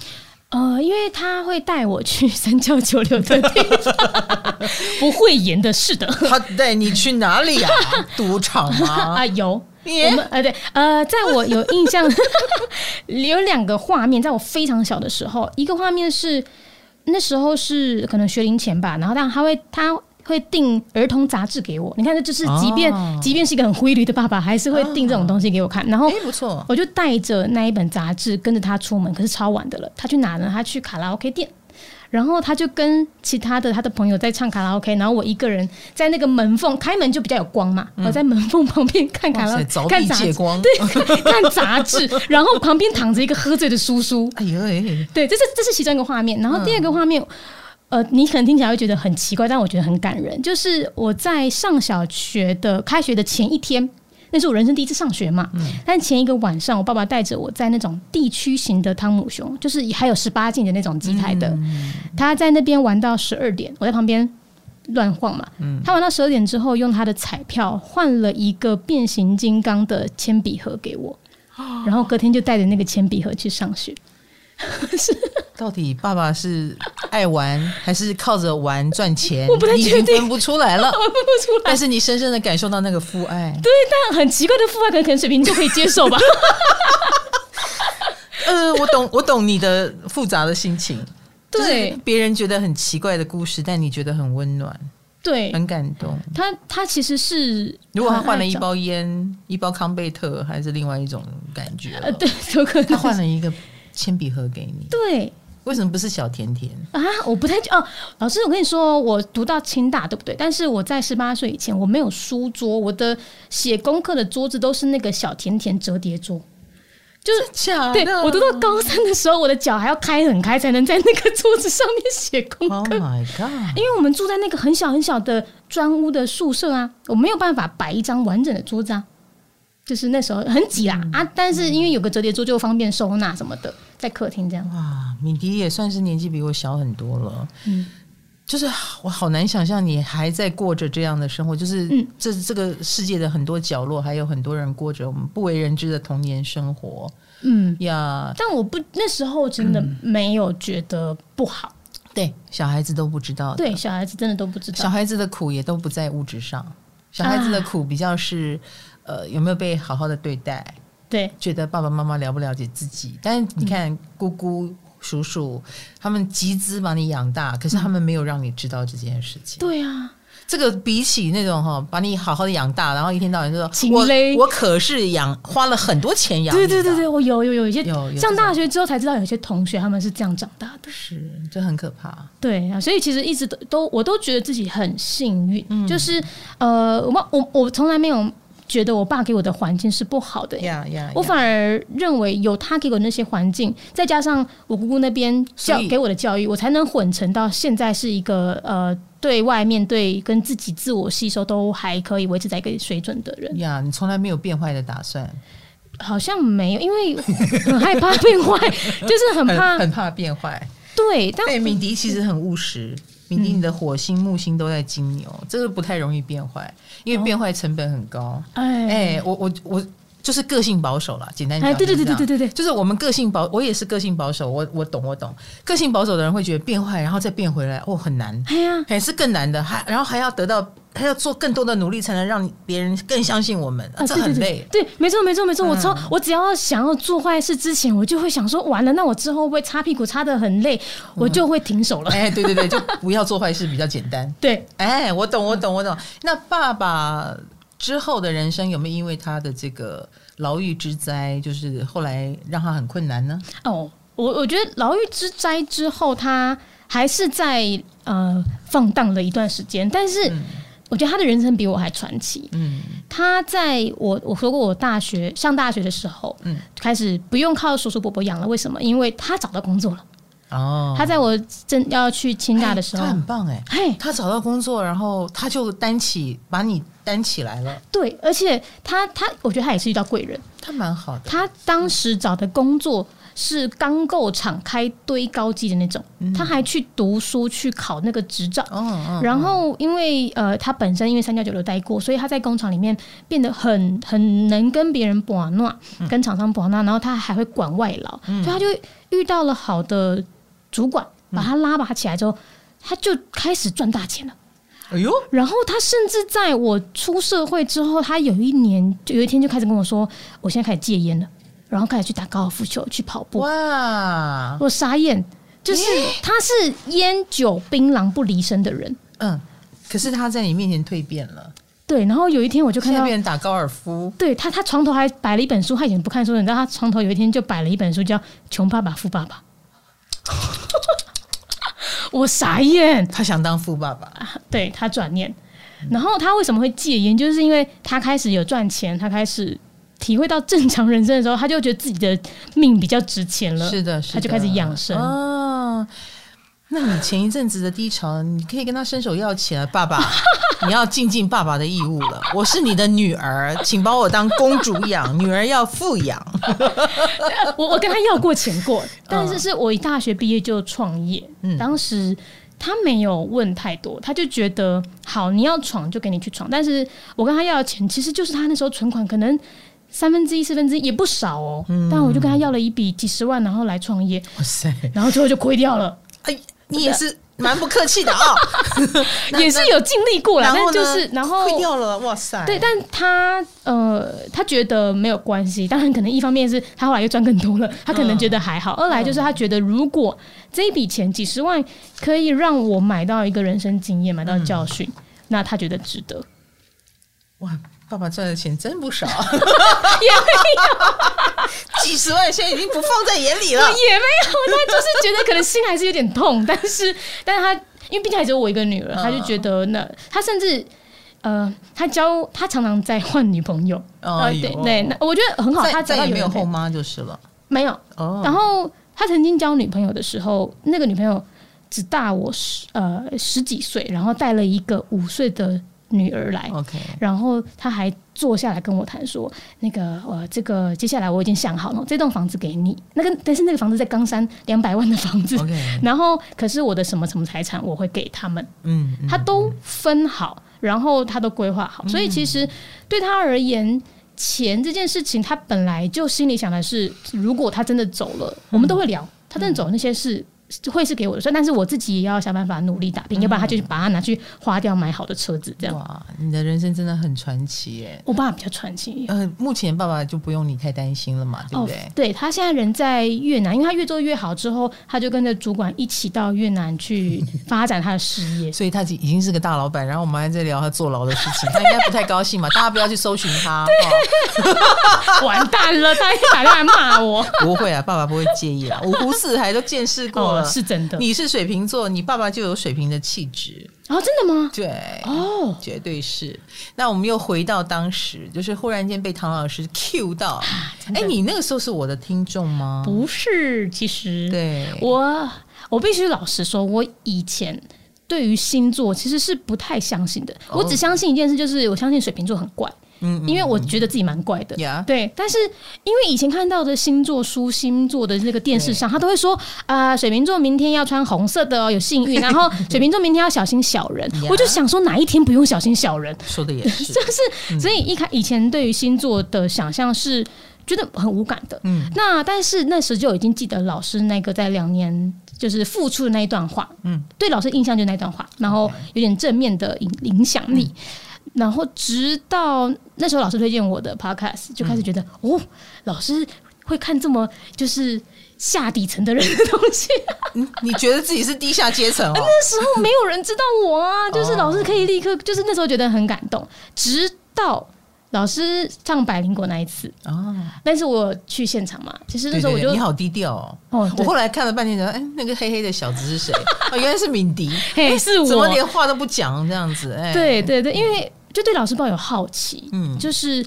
呃，因为他会带我去三教九流的地方， 不会演的，是的。他带你去哪里 呀、赌场 吗？啊，有耶我们呃对呃，在我有印象 有两个画面，在我非常小的时候，一个画面是那时候是可能学龄前吧，然后但他会他会订儿童杂志给我，你看这就是即便、哦即便是一个很灰驴的爸爸，还是会订这种东西给我看，然后哎、。不错，我就带着那一本杂志跟着他出门，可是超晚的了。他去哪呢？他去卡拉 OK 店，然后他就跟其他的他的朋友在唱卡拉 OK，然后我一个人在那个门缝开门就比较有光嘛，我在门缝旁边看卡嗯哇拉塞，凿看壁杂借志，光，对，看杂志，然后旁边躺着一个喝醉的叔叔，哎呦，哎呦对，这是这是其中一个画面。然后第二个画面，呃，你可能听起来会觉得很奇怪，但我觉得很感人。就是我在上小学的开学的前一天，那是我人生第一次上学嘛。但前一个晚上，我爸爸带着我在那种地区型的汤姆熊，就是还有十八禁的那种机台的，他在那边玩到十二点，我在旁边。乱晃嘛，他玩到十二点之后，用他的彩票换了一个变形金刚的铅笔盒给我，然后隔天就带着那个铅笔盒去上学。到底爸爸是爱玩还是靠着玩赚钱？我不太你已确经定分不出来了。我分不出来但。是你深深的感受到那个父爱， 对，但很奇怪的父爱可能可能水平就可以接受吧。呃，我懂， 我懂你的复杂的心情。 对就是别人觉得很奇怪的故事，但你觉得很温暖、对，很感动。他他其实是如果他换了一很爱包烟、 一包康贝特，还是另外一种感觉找了。呃，对，有可他能换了一个铅笔盒给你，对为什么不是小甜甜？啊，我不太哦，老师，我跟你说，我读到清大对不对？但是我在十八岁以前，我没有书桌，我的写功课的桌子都是那个小甜甜折叠桌。就是假对我读到高三的时候，我的脚还要开很开才能在那个桌子上面写功课。 Oh my god！因为我们住在那个很小很小的砖屋的宿舍啊，我没有办法摆一张完整的桌子啊，就是那时候很挤嗯啦、啊，但是因为有个折叠桌就方便收纳什么的，在客厅这样。哇，敏迪也算是年纪比我小很多了。嗯就是我好难想象你还在过着这样的生活，就是嗯这、这个世界的很多角落，还有很多人过着我们不为人知的童年生活嗯，呀。但我不那时候真的没有觉得不好，对，小孩子都不知道的，对小孩子真的都不知小道。孩子的苦也都不在物质上，小孩子的苦比较是、呃有没有被好好的对待，对觉得爸爸妈妈了不了解自己。但是你嗯看、姑姑、叔叔他们集资把你养大，可是他们没有让你知道这件事情。对啊，这个比起那种哈，把你好好的养大，然后一天到晚就说情我勒我可是养花了很多钱养你对的，对对对，我有有有一些有有这上种大学之后才知道，有些同学他们是这样长大的。是这很可怕。对啊，所以其实一直都都我都觉得自己很幸运，嗯就是呃，我我我从来没有觉得我爸给我的环境是不好的耶呀呀，我呀反而认为有他给我那些环境，再加上我姑姑那边所教以给我的教育，我才能混成到现在是一个呃，对外面对跟自己自我吸收都还可以维持在一个水准的人。呀，你从来没有变坏的打算，好像没有，因为很害怕变坏， 就是很怕哎很怕变坏。对，但对，敏迪其实很务实。敏嗯迪，你的火星、木星都在金牛，这个不太容易变坏，因哦为变坏成本很高。哎哎、我我我就是个性保守啦，简单讲哎，就是对这对样，对对对对对，就是我们个性保，我也是个性保守，我我懂我懂，个性保守的人会觉得变坏，然后再变回来，哦，很难，哎呀，还是更难的，还然后还要得到，还要做更多的努力，才能让别人更相信我们，啊、这对对很对累。对，没错没错没错，我嗯超我只要想要做坏事之前，我就会想说，完了，那我之后会不会擦屁股擦的很累，我嗯就会停手了。 哎，对对对，就不要做坏事比较简单。对，哎，我懂，我懂，我懂。那爸爸之后的人生有没有因为他的这个牢狱之灾，就是后来让他很困难呢？哦，我我觉得牢狱之灾之后，他还是在呃放荡了一段时间，但是嗯我觉得他的人生比我还传奇。嗯，他在我我说过，我大学上大学的时候，嗯开始不用靠叔叔伯伯养了。为什么？因为他找到工作了。哦，他在我正要去清大的时候他，很棒哎、嘿，他找到工作，然后他就担起把你担起来了，对，而且他他，我觉得他也是遇到贵人。他蛮好的。他当时找的工作是钢构厂开堆高机的那种，他还去读书去考那个执照。嗯嗯，然后，因为呃，他本身因为三教九流待过，所以他在工厂里面变得很很能跟别人把闹，嗯跟厂商把闹，然后他还会管外劳，所以他就遇到了好的主管，嗯把他拉拔起来之后，他就开始赚大钱了。哎呦，然后他甚至在我出社会之后，他有一年就有一天就开始跟我说，我现在开始戒烟了，然后开始去打高尔夫球、去跑步。哇，我傻眼，就是他是烟酒槟榔不离身的人。嗯，可是他在你面前蜕变了，对，然后有一天我就现看在到，变成打高尔夫，对他，他床头还摆了一本书，他以前不看书的，你知道他床头有一天就摆了一本书，叫《穷爸爸富爸爸》。我傻眼，他想当富爸爸。对他转念。然后他为什么会戒烟？就是因为他开始有赚钱，他开始体会到正常人生的时候，他就觉得自己的命比较值钱了。是的，是的，他就开始养生哦，那你前一阵子的低潮，你可以跟他伸手要钱，爸 爸，你要尽尽爸爸的义务了。我是你的女儿，请把我当公主 养，女儿要富养。呃我我跟他要过钱 过，但是是我一大学毕业就创业，嗯当时他没有问太多，他就觉得好，你要闯就给你去闯。但是我跟他要的钱，其实就是他那时候存款可能三分之一、四分之一也不少哦，嗯但我就跟他要了一笔几十万，然后来创业，哇塞，然后最后就亏掉了，哎，你也是蛮不客气的啊、那也是有尽力过 了，然后但呢就是然后亏掉了，哇塞，对，但他呃，他觉得没有关系。当然，可能一方面是他后来又赚更多了，他可能觉得还嗯好；二来就是他觉得，如果这一笔钱几十万可以让我买到一个人生经验，买到教训，嗯那他觉得值得。哇，爸爸赚的钱真 不少， 几十万现在已经不放在眼里了。也没有，他就是觉得可能心还是有点痛，但是， 但是他因为毕竟还只有我一个女儿，嗯他就觉得那他甚至。呃，他教他常常在换女朋友，呃，哦哎呦对对，那我觉得很好，他再找再到也没有人陪后妈就是了。没有，哦，然后他曾经交女朋友的时候，那个女朋友只大我十呃十几岁，然后带了一个五岁的女儿来， OK，然后他还坐下来跟我谈说，那个呃这个接下来我已经想好了，这栋房子给你，那个但是那个房子在冈山两百万的房子 OK 然后可是我的什么什么财产我会给他们，嗯，嗯他都分好，然后他都规划好，所以其实对他而言，钱这件事情，他本来就心里想的是，如果他真的走了，嗯我们都会聊，他真的走了那些事。会是给我的算，但是我自己也要想办法努力打拼，要不然他就把它拿去花掉，买好的车子这样。哇，你的人生真的很传奇耶。我爸比较传奇一点，呃，目前爸爸就不用你太担心了嘛，对不哦对？，对他现在人在越南，因为他越做越好之后，他就跟着主管一起到越南去发展他的事 业。所以他已经是个大老板，然后我们还在聊他坐牢的事 情，他应该不太高兴嘛。大家不要去搜寻他，哦、完蛋了，他一打电话来骂我。不会啊，爸爸不会介意啊。五湖四海都见识 过了，哦，是真的。你是水瓶座，你爸爸就有水瓶的气质，哦，真的吗？对。哦，绝对是。那我们又回到当时，就是忽然间被唐老师 cue 到。哎、你那个时候是我的听众吗？啊不是，其实对，我我必须老实说，我以前对于星座其实是不太相信的。哦我只相信一件事，就是我相信水瓶座很怪，嗯因为我觉得自己蛮怪的。呀对，但是因为以前看到的星座书、星座的那个电视上，他都会说啊、水瓶座明天要穿红色的哦，有幸 运；然后水瓶座明天要小心小人。呀我就想说，哪一天不用小心小人？说的也 是，嗯就是，所以一开以前对于星座的想象是觉得很无感的。嗯那但是那时就已经记得老师那个在两年就是付出的那一段话，嗯，对老师印象就那一段话，然后有点正面的影影响力。嗯然后直到那时候老师推荐我的嗯 podcast，就开始觉得、哦，老师会看这么就是下底层的人的东西。嗯你觉得自己是低下阶层 哦？那时候没有人知道我啊，就是老师可以立刻，就是那时候觉得很感动，直到老师上百灵果那一次，哦，但是我去现场嘛，其啊实那对时候对我就对，你好低调哦。哦，我对后来看了半天，想说，哎，那个黑黑的小子是谁？哦，原来是敏迪，嘿 是怎么我，连话都不讲这样子？哎，，对对对，因为就对老师抱有好奇，嗯就是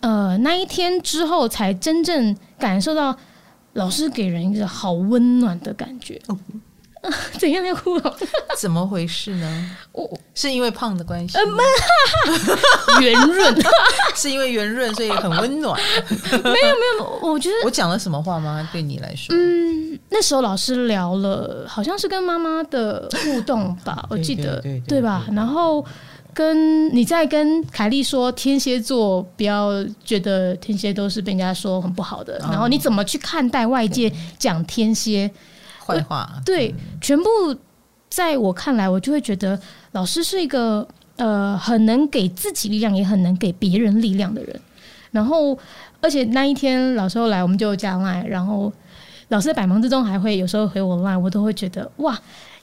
呃那一天之后才真正感受到老师给人一个好温暖的感觉。哦 怎样要哭了？怎么回事呢？我是因为胖的关系，呃圆 润，是因为圆润，所以很温暖。我觉得 我讲了什么话吗？对你来说，嗯，那时候老师聊了，好像是跟妈妈的互动 吧，我对记得对对对吧？然后跟你在跟凯莉说天蝎座不要觉得天蝎都是被人家说很不好的，哦然后你怎么去看待外界讲天蝎？坏话，啊对，全部在我看来，我就会觉得老师是一个呃，很能给自己力量，也很能给别人力量的人。然后，而且那一天老师后来我们就加 line，然后老师在百忙之中还会有时候回我 line，我都会觉得哇，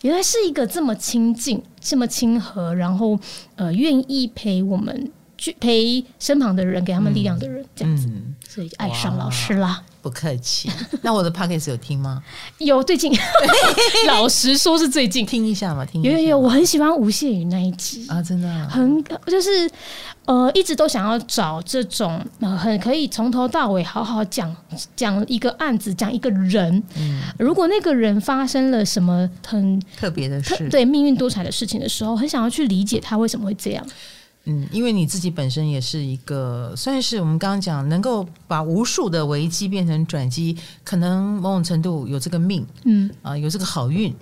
原来是一个这么亲近、这么亲和，然后呃，愿意陪我们去陪身旁的人，给他们力量的人，这样子，嗯，所以爱上老师啦。不客气。 那我的 p o c k e t 有听吗？有最近， 老实说是最近。听一下嘛，听一下有有有，我很喜欢吴谢宇那一集，啊，真的啊很就是呃，一直都想要找这种呃很可以从头到尾好好讲讲一个案子，讲一个人。嗯如果那个人发生了什么很特别的特是，对命运多舛的事情的时候，很想要去理解他为什么会这样。嗯，因为你自己本身也是一个，算是我们刚刚讲能够把无数的危机变成转机，可能某种程度有这个命嗯，啊、有这个好运。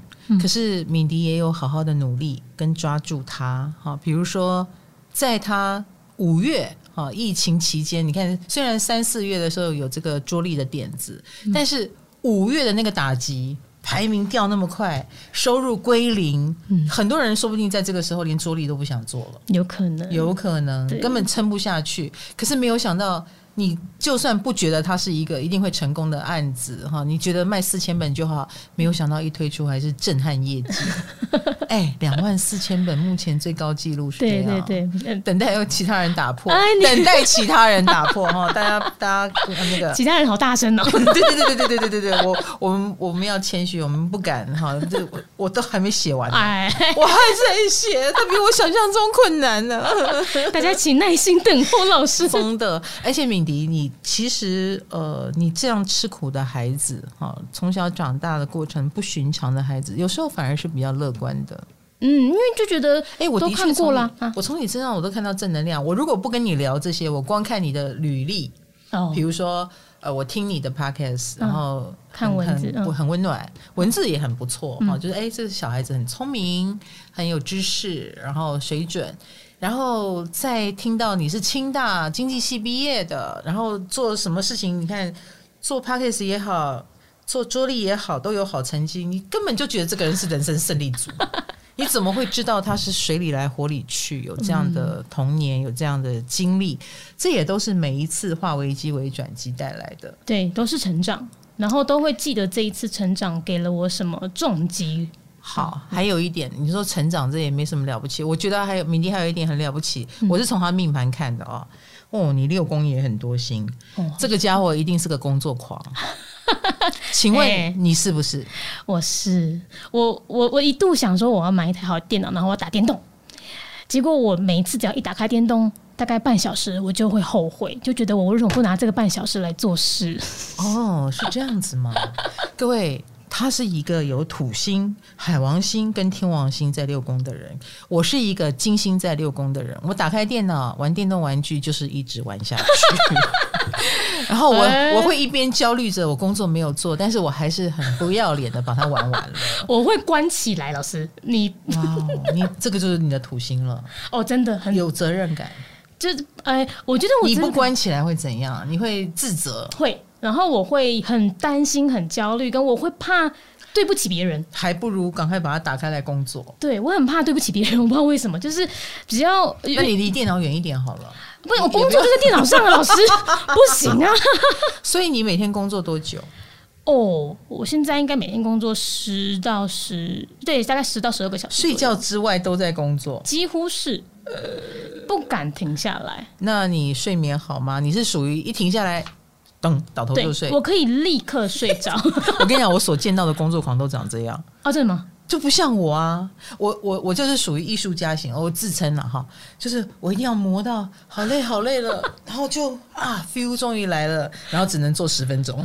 可是敏迪也有好好的努力跟抓住它，哈、比如说在他五月。啊，疫情期间，你看，虽然三四月的时候有这个拙劣的点子，但是五月的那个打击，排名掉那么快，收入归零，很多人说不定在这个时候连拙劣都不想做了。有可能有可能对根本撑不下去。可是没有想到，你就算不觉得它是一个一定会成功的案子哈，你觉得卖四千本就好，没有想到一推出还是震撼业绩。哎，两万四千本目前最高纪录是这对样。对对，嗯等待有其他人打破，哎你等待其他人打破哈，大家大家呃那 个其他人好大声哦、对对对对对对对对，我我们我们要谦虚，我们不敢哈，这我我都还没写完呢，哎， 我还在写，它比我想象中困难呢。大家请耐心等候老 师。疯的。而且敏迪，你其实呃，你这样吃苦的孩子哈，从小长大的过程不寻常的孩子，有时候反而是比较乐观的。嗯，因为就觉得哎、我的都确看从过你了啊我从你身上我都看到正能量。我如果不跟你聊这些，我光看你的履历，哦比，如说呃，我听你的 podcast，嗯然后看很文字很嗯很温暖，文字也很不错嗯哈、就是哎、这个小孩子很聪明，很有知识，然后水准。然后再听到你是清大经济系毕业的，然后做什么事情？你看做 podcast 也好，做桌历也好，都有好成绩，你根本就觉得这个人是人生胜利组。 你怎么会知道他是水里来火里去？有这样嗯的童年，有这样的经历，这也都是每一次化危机为转机带来的。对，都是成长，然后都会记得这一次成长给了我什么重击。好，还有一点，你说成长这也没什么了不起，我觉得还有明迪还有一点很了不起，嗯我是从他命盘看的哦。哦，你六宫也很多星，哦这个家伙一定是个工 作狂。请问哎你是不是？我是我我我一度想说我要买一台好电脑，然后我打电动，结果我每次只要一打开电动。大概半小时，我就会后悔，就觉得我为什么不拿这个半小时来做事？ 哦，是这样子 吗？各位，他是一个有土星、海王星跟天王星在六宫的人，我是一个金星在六宫的人。我打开电脑玩电动玩具，就是一直玩下 去。然后我哎我会一边焦虑着我工作没有做，但是我还是很不要脸的把它玩完了。我会关起来。老师，你哇哦，你这个就是你的土星了，哦，真的很有责任感。就是哎、我觉得我你真不的关起来会怎样？你会自责，会，然后我会很担心、很焦虑，跟我会怕对不起别人。还不如赶快把它打开来工作。对我很怕对不起别人，我不知道为什么，就是只要那你离电脑远一点好了。不，我工作就在电脑上啊，老师不行 啊。所以你每天工作多久？哦，我现在应该每天工作十到十，对，大概十到十二个小时左睡右，觉之外都在工作。几乎是不敢停下来。那你睡眠好吗？你是属于一停下来，噔倒头对就睡。，我我可以立刻睡着。 跟你讲，我所见到的工作狂都长这样。哦，真的吗？就不像我啊，我我我就是属于艺术家型，哦我自称了哈，就是我一定要磨到好累好累了， 然后就啊 feel 终于来了，然后只能做十 分钟，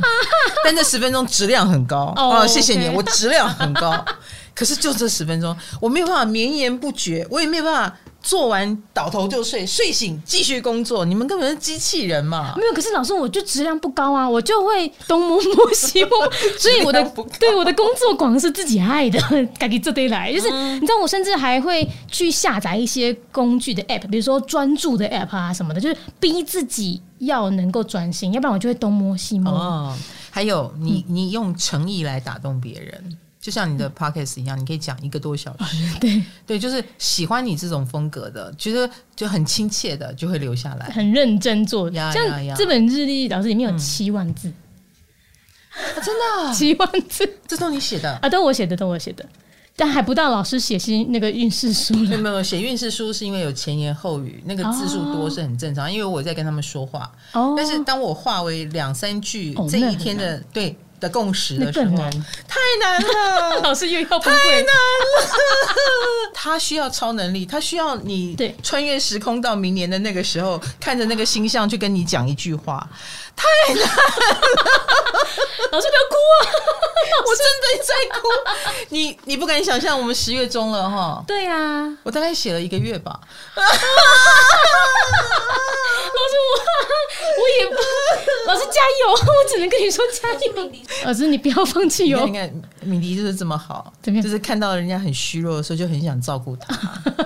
但这十分钟质量很高哦哦，谢谢你， OK 我质量很高， 可是就这十分钟，我没有办法绵延不绝，我也没有办法做完倒头就睡，睡醒继续工作，你们根本是机器人嘛，没有，可是老师，我就质量不高啊，我就会东摸摸西 摸，所以我的质量不高对我的工作广是自己害的， 赶紧这堆来。就是、嗯你知道，我甚至还会去下载一些工具的 app，比如说专注的 app 啊什么的，就是逼自己要能够专心，要不然我就会东摸西摸。哦，还有你嗯你用诚意来打动别人，就像你的 podcast 一样，你可以讲一个多小时。 对，对，就是喜欢你这种风格的，觉得就很亲切的，就会留下 来。很认真做。呀像呀嗯呀这本日历，老师里面有七万字，啊真的啊，七万字 这都你写的。啊，都我写的，都我写的，但还不到老师写信那个运势书没了。 有没有，写运势书是因为有前言后语，那个字数多是很正常，因为我在跟他们说话。哦但是当我化为两三句哦这那一很天的对的共识那的时更候，难，太难了。老师又要崩溃。 他需要超能力，他需要你对穿越时空到明年的那个时候，看着那个星象去跟你讲一句话。老师不要哭啊！ 我真的在哭，你你不敢想象，我们十月中了哈，对呀、啊，我大概写了一个月吧。老师我 我也不，老师加油！我只能跟你说加油。老师你不要放弃你哦看，你。看，米迪就是这么好，怎么样就是看到人家很虚弱的时候，就很想照顾 他。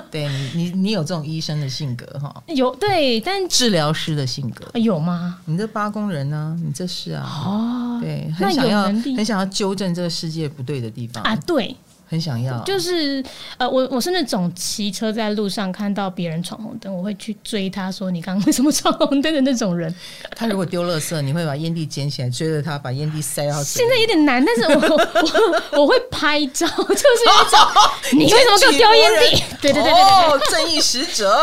对你，你你有这种医生的性格哈，有对，但治疗师的性格。有吗？你这八宫人呢、你这是啊，哦，对，那很想有要，能很力想要纠正这个世界不对的地方，啊？对，很想要。就是呃，我我是那种骑车在路上看到别人闯红灯，我会去追他说你刚刚为什么闯红灯的那种人。他如果丢垃圾，你会把烟蒂捡起来，追着他把烟蒂塞到嘴现里。在有点难，但是我我我会拍照，就是一种你为什么给我丢烟蒂？对对对对对哦，正义使者。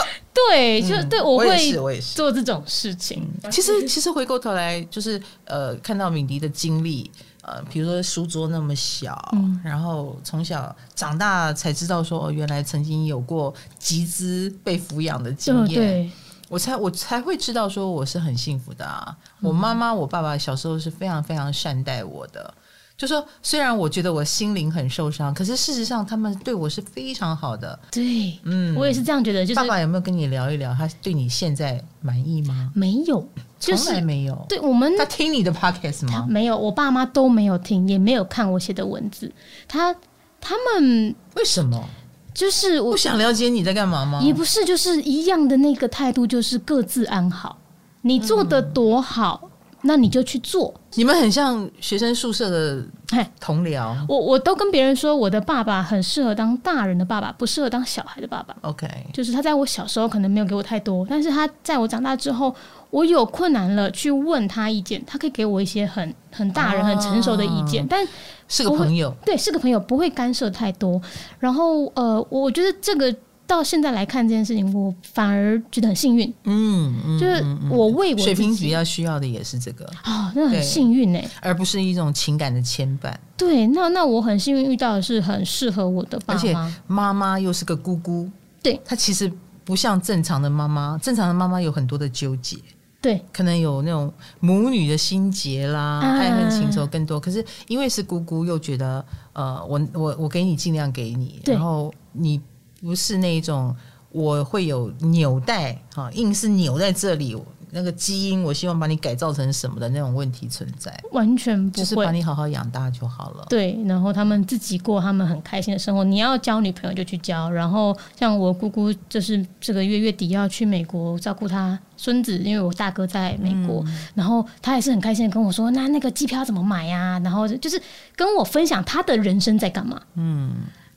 对，就对我嗯我也会是，我也是。做这种事情。 其实，其实回过头来，就是呃，看到敏迪的经历，呃，比如说书桌那么小，然后从小长大才知道说，哦，原来曾经有过集资被抚养的经嗯，验，对，我才我才会知道说我是很幸福的啊。嗯我妈妈、我爸爸小时候是非常非常善待我的。就说虽然我觉得我心灵很受伤，可是事实上他们对我是非常好的。对，嗯，我也是这样觉得，就是爸爸有没有跟你聊一聊？他对你现在满意吗？没有，就从来是嗯没有。对我们他听你的 podcast 吗？没有，我爸妈都没有听，也没有看我写的文字，他他们为什么就是不我。想了解你在干嘛吗？也不是，就是一样的那个态度，就是各自安好。你做的多嗯好，那你就去做。你们很像学生宿舍的哎，同僚。我我都跟别人说，我的爸爸很适合当大人的爸爸，不适合当小孩的爸爸。 OK，就是他在我小时候可能没有给我太多，但是他在我长大之后，我有困难了去问他意见，他可以给我一些很很大人、哦很成熟的意见，但是个朋友。对是个朋友不会干涉太多。然后呃，我觉得这个到现在来看这件事情，我反而觉得很幸运，嗯嗯，就是嗯嗯我为我水自平比己较需要的也是这个，啊、那很对幸运哎、而不是一种情感的牵绊。对，那那我很幸运遇到的是很适合我的爸而且妈，妈妈又是个姑姑，对她其实不像正常的妈妈，正常的妈妈有很多的纠结。对可能有那种母女的心结啦，啊爱恨情仇更多。可是因为是姑姑，又觉得呃，我我我给你尽量给你，对然后你不是那一种我会有纽带哈，硬是扭在这里，那个基因我希望把你改造成什么的那种问题存在，完全不就是会把。你好好养大就好了。对，然后他们自己过他们很开心的生活。你要交女朋友就去交，然后像我姑姑，就是这个月月底要去美国照顾她孙子，因为我大哥在美国，然后她也是很开心的跟我说，那那个机票怎么买呀、然后就是跟我分享她的人生在干嘛。嗯，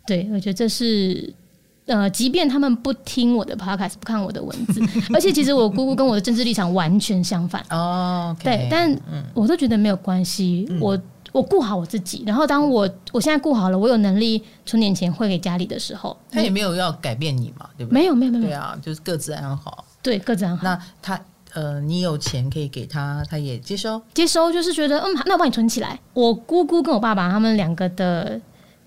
对，我觉得这是。呃，即便他们不听我的 podcast，不看我的文字， 而且其实我姑姑跟我的政治立场完全相反，哦，OK，嗯对，但我都觉得没有关系，我我顾好我自己，然后当我我现在顾好了，我有能力存点钱汇给家里的时候，他也没有要改变你嘛，对不对？没有没有没有没对有，啊，就是各自安好。对，各自安好。那他呃，你有钱可以给他，他也接收。接收就是觉得，嗯，那我帮你存起来。我姑姑跟我爸爸他们两个的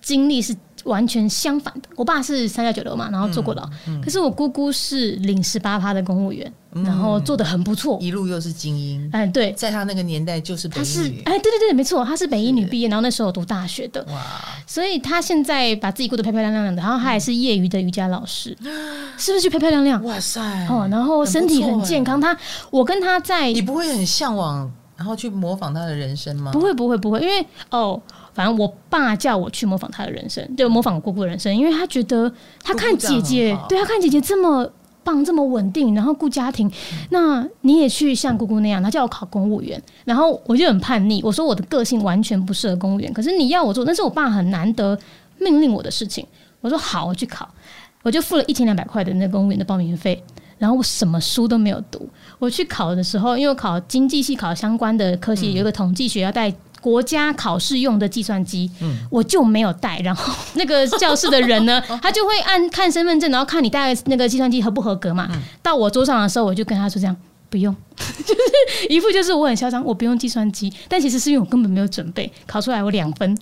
经历是完全相反的。我爸是三教九流嘛，然后坐过牢，嗯可是我姑姑是领十八趴的公务员，然后嗯做的很不错。一路又是精英，哎，对，在他那个年代就是她北是一女，哎，对对对，没错，她是北一女毕业，然后那时候我读大学的，哇，所以她现在把自己过得漂漂亮亮的，然后她还是业余的瑜伽老 师，是不是就漂漂亮亮？哇塞，哦，然后身体哎很很不错哎健康。她，我跟她在你不会很向往，然后去模仿他的人生吗？不会不会不会，因为哦，反正我爸叫我去模仿他的人生，对，模仿我姑姑的人生，因为他觉得他看姐姑姑这样姐很好，对他看姐姐这么。棒这么稳定，然后顾家庭，嗯那你也去像姑姑那样，他叫我考公务员，然后我就很叛逆，我说我的个性完全不适合公务员，可是你要我做，那是我爸很难得命令我的事情，我说好，我去考，我就付了一千两百块的那个公务员的报名费，然后我什么书都没有读。我去考的时候，因为我考经济系考相关的科嗯系，有一个统计学要带。国家考试用的计算机，我就没有带。然后那个教室的人呢，他就会按看身份证，然后看你带那个计算机合不合格嘛。到我桌上的时候，我就跟他说：“这样不用。” 就是一副就是我很嚣张，我不用计算机，但其实是因为我根本没有准备，考出来我两分，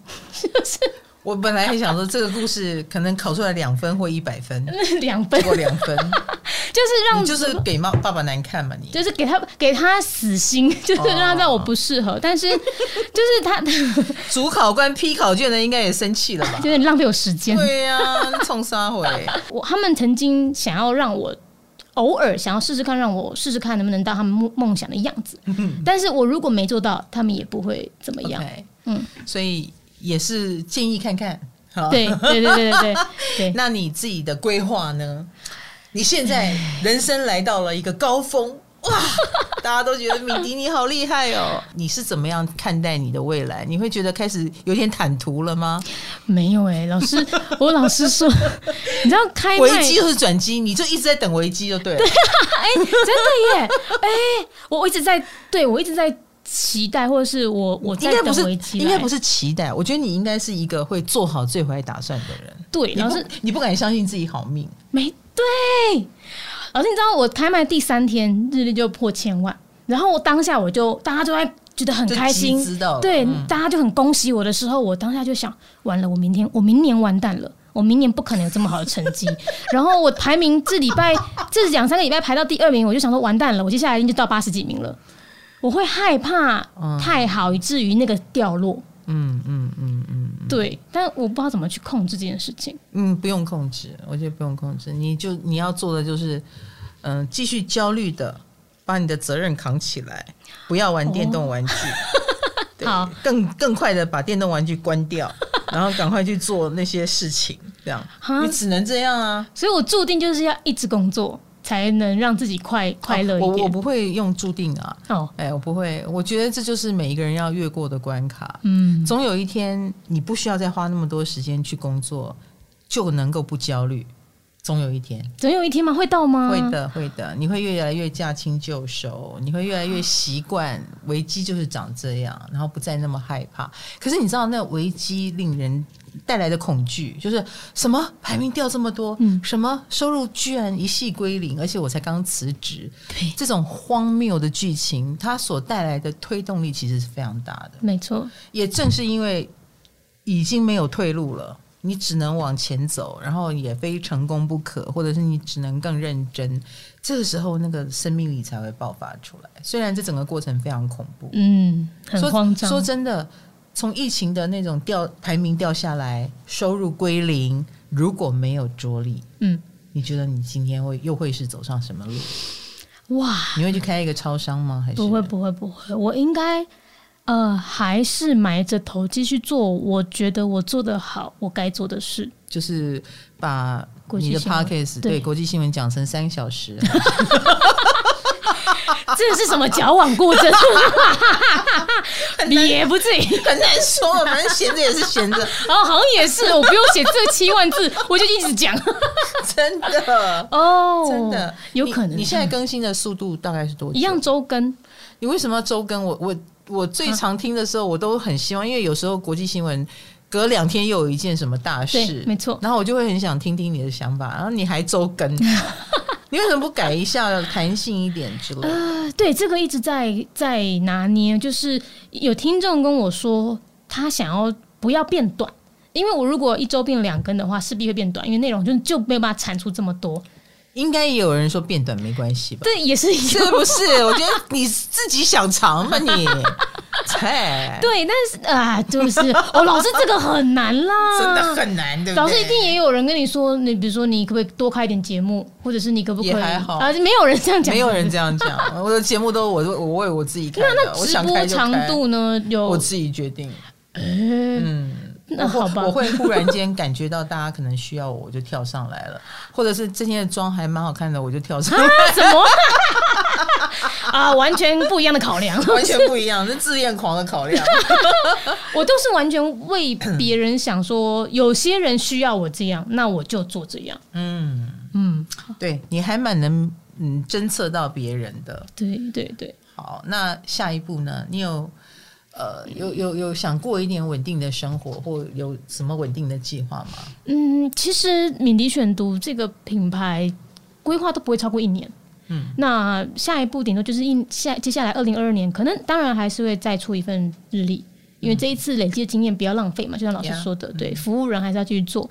我本来还想说这个故事可能考出来两分或一百分，两分结果两 分，就是让你就是给妈爸爸难看嘛你。就是给他给他死心，就是让他知道我不适合。但是就是他 有主考官批考卷的应该也生气了 吧？点浪费我时间。对呀、冲杀回， 我他们曾经想要让我偶尔想要试试看，让我试试看能不能到他们梦梦想的样 子。但是我如果没做到，他们也不会怎么样。 OK，嗯，所以也是建议看看。好 对对对对对对对。那你自己的规划呢？你现在人生来到了一个高 峰，哇！大家都觉得米迪你好厉害哦。你是怎么样看待你的未来？你会觉得开始有点坦途了吗？没有哎、老师，我老师说，你知道开危麦机就是转机，你就一直在等危机就对了。哎、真的耶！哎、我我一直在对我一直在期待，或者是我我应在该不等是危，机来，应该不是期待。我觉得你应该是一个会做好最坏打算的人。对，你老师不，你不敢相信自己好命，没对，老师，你知道我开卖第三天日历就破千万，然后我当下我就大家就在觉得很就开心，知道了对，嗯大家就很恭喜我的时候，我当下就想，完了，我明天我明年完蛋了。我明年不可能有这么好的成绩， 然后我排名这礼拜这两三个礼拜排到第二名，我就想说完蛋了，我接下来一定就到八十几名了，我会害怕太好，以至于那个掉落。嗯嗯嗯嗯对，但我不知道怎么去控制这件事情。嗯，不用控制，我觉得不用控制，你就你要做的就是，嗯、继续焦虑的把你的责任扛起来，不要玩电 动玩具，对好，更更快的把电动玩具关掉，然后赶快去做那些事情，这样哈你只能这样啊。所以我注定就是要一直工作，才能让自己快快乐哦我一我点。不会用注定啊，哦，哎，我不会，我觉得这就是每一个人要越过的关卡。嗯，总有一天，你不需要再花那么多时间去工作，就能够不焦虑。总有一天，总有一天吗？会到吗？会。的，会的，你会越来越驾轻就熟，你会越来越习惯危机就是长这样，然后不再那么害怕。可是你知道，那危机令人带来的恐惧，就是什么排名掉这么多，嗯什么收入居然一系归零，而且我才刚辞职对，这种荒谬的剧情，它所带来的推动力其实是非常大的。没错，也正是因为已经没有退路了，你只能往前走，然后也非成功不可，或者是你只能更认真。这个时候，那个生命力才会爆发出来。虽然这整个过程非常恐怖，嗯，很说慌张。说真的，从疫情的那种掉排名掉下来，收入归零，如果没有着力，嗯，你觉得你今天会又会是走上什么路？哇，你会去开一个超商吗？还是不会，不会，不会，我应该呃，还是埋着头继续做我觉得我做得好，我该做的 事。就是把国际你的新闻 podcast 对对国际新闻讲成三小时，这是什么矫枉过 正？也不至于。很难说，反正闲着也是闲 着，哦，好像也是，我不用写这七万字，我就一直 讲。真的。哦，真的有可能。嗯你。你现在更新的速度大概是多久？一样。周更，你为什么要周更？我我我最常听的时候，我都很希望，因为有时候国际新闻隔两天又有一件什么大事对，没错然后我就会很想听听你的想法，然后你还周 更，你为什么不改一下，弹性一点之类的？呃，对，这个一直在在拿捏，就是有听众跟我说，他想要不要变短，因为我如果一周变两更的话，势必会变短，因为内容就就没有办法产出这么多。应该也有人说变短没关系吧？这也是一是个不是？我觉得你自己想长 吧你，哎，对，但是啊，就是哦，老师这个很难啦，真的很难，对不对？老师一定也有人跟你说，你比如说你可不可以多开一点节目，或者是你可不可以？也还好啊，没有人这样讲，没有人这样 讲，我的节目都我都我为我自己开那的，那我直想播开就长开，度呢？有我自己决定。嗯，那我会好吧我会忽然间感觉到大家可能需要我，我就跳上来 了，或者是今天的妆还蛮好看的，我就跳上来啊，什么 啊？完全不一样的考量，完全不一样，是自恋狂的考 量。我都是完全为别人想说，有些人需要我这样，那我就做这样。嗯，嗯，对，你还蛮能嗯侦测到别人的。对对对，好，那下一步呢？你有呃有有有想过一点稳定的生活，或有什么稳定的计划吗？嗯，其实敏迪选读这个品牌规划都不会超过一年。嗯，那下一步顶多就是一下接下来二零二二年，可能当然还是会再出一份日历，因为嗯这一次累积的经验不要浪费嘛，就像老师 Yeah，说的，对，服务人还是要继续做。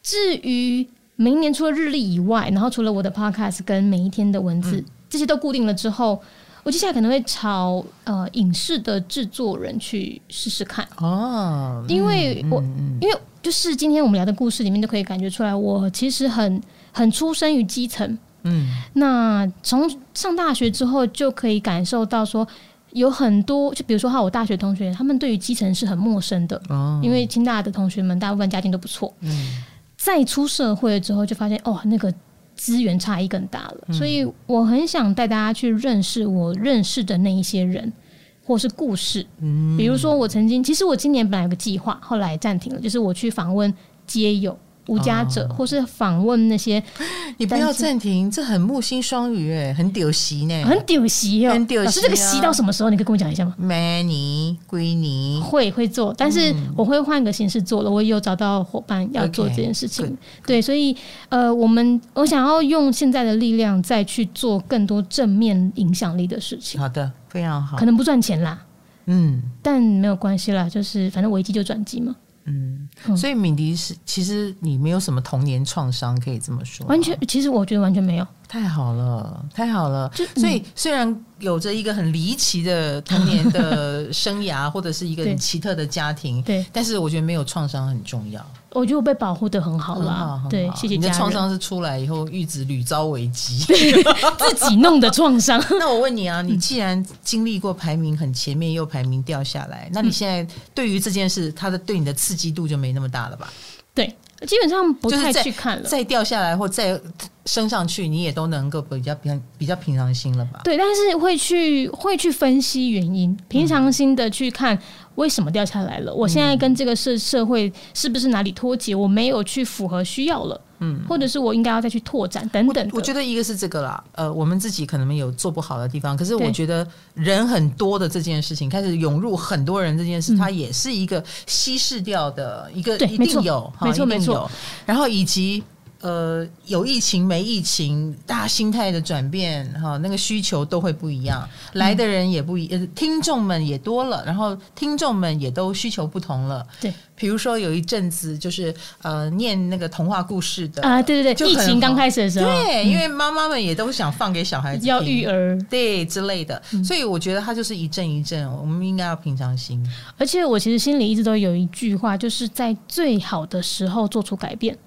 至于明年除了日历以外，然后除了我的 podcast 跟每一天的文嗯字，这些都固定了之后，我接下来可能会朝呃影视的制作人去试试看。哦，因为我、嗯因为就是今天我们聊的故事里面都可以感觉出来，我其实很很出生于基层。嗯那从上大学之后就可以感受到说。有很多，就比如说哈，我大学同学，他们对于基层是很陌生的，哦因为清大的同学们大部分家境都不错。嗯再出社会之后，就发现哦，那个资源差异更大了。嗯所以我很想带大家去认识我认识的那一些人，或是故事。嗯比如说，我曾经其实我今年本来有个计划，后来暂停了，就是我去访问街友、无家者，哦或是访问那些你不要暂停，这很木星双鱼哎，很丢席呢。很屌席哦、很屌席啊老师，这个席到什么时候？你可以跟我讲一下吗？梅尼归你，会会做，但是嗯我会换个形式做了。我有找到伙伴要做 OK，这件事情 good，对，所以呃，我们我想要用现在的力量再去做更多正面影响力的事情，好的，非常好可。能不赚钱啦，嗯但没有关系啦，就是反正危机就转机嘛，嗯，所以敏迪是，其实你没有什么童年创伤，可以这么说。完全其实我觉得完全没有，太好了，太好了。就嗯所以虽然有着一个很离奇的童年 的生涯，或者是一个对很奇特的家庭，对但是我觉得没有创伤很重要。我觉得我被保护的很好很好啦，很对，好谢谢你的家创人，伤是出来以后玉子屡遭危机。自己弄的创伤。 那我问你啊，你既然经历过排名很前面又排名掉下来，那你现在对于这件事，它的对你的刺激度就没那么大了吧？对，基本上不就是太在去看了。再掉下来或再升上去，你也都能够比较平比较平常心了吧？对，但是会去会去分析原因，平常心的去看为什么掉下来了。我现在跟这个社社会是不是哪里脱节？我没有去符合需要了，嗯，或者是我应该要再去拓展等等的。我觉得一个是这个啦，呃，我们自己可能有做不好的地方，可是我对觉得人很多的这件事情，开始涌入很多人这件事，它也是一个稀释掉的一个，嗯对一没定错有，哈没错一没定错有然后以及。呃，有疫情没疫情，大家心态的转变哈，那个需求都会不一样，嗯来的人也不一，呃，听众们也多了，然后听众们也都需求不同了。对，比如说有一阵子就是呃，念那个童话故事的啊、对对就对，疫很情刚好开始的时候，对，因为妈妈们也都想放给小孩子要听育儿，对之类的，所以我觉得它就是一阵一阵，我们应该要平常心。而且我其实心里一直都有一句话，就是在最好的时候做出改变。嗯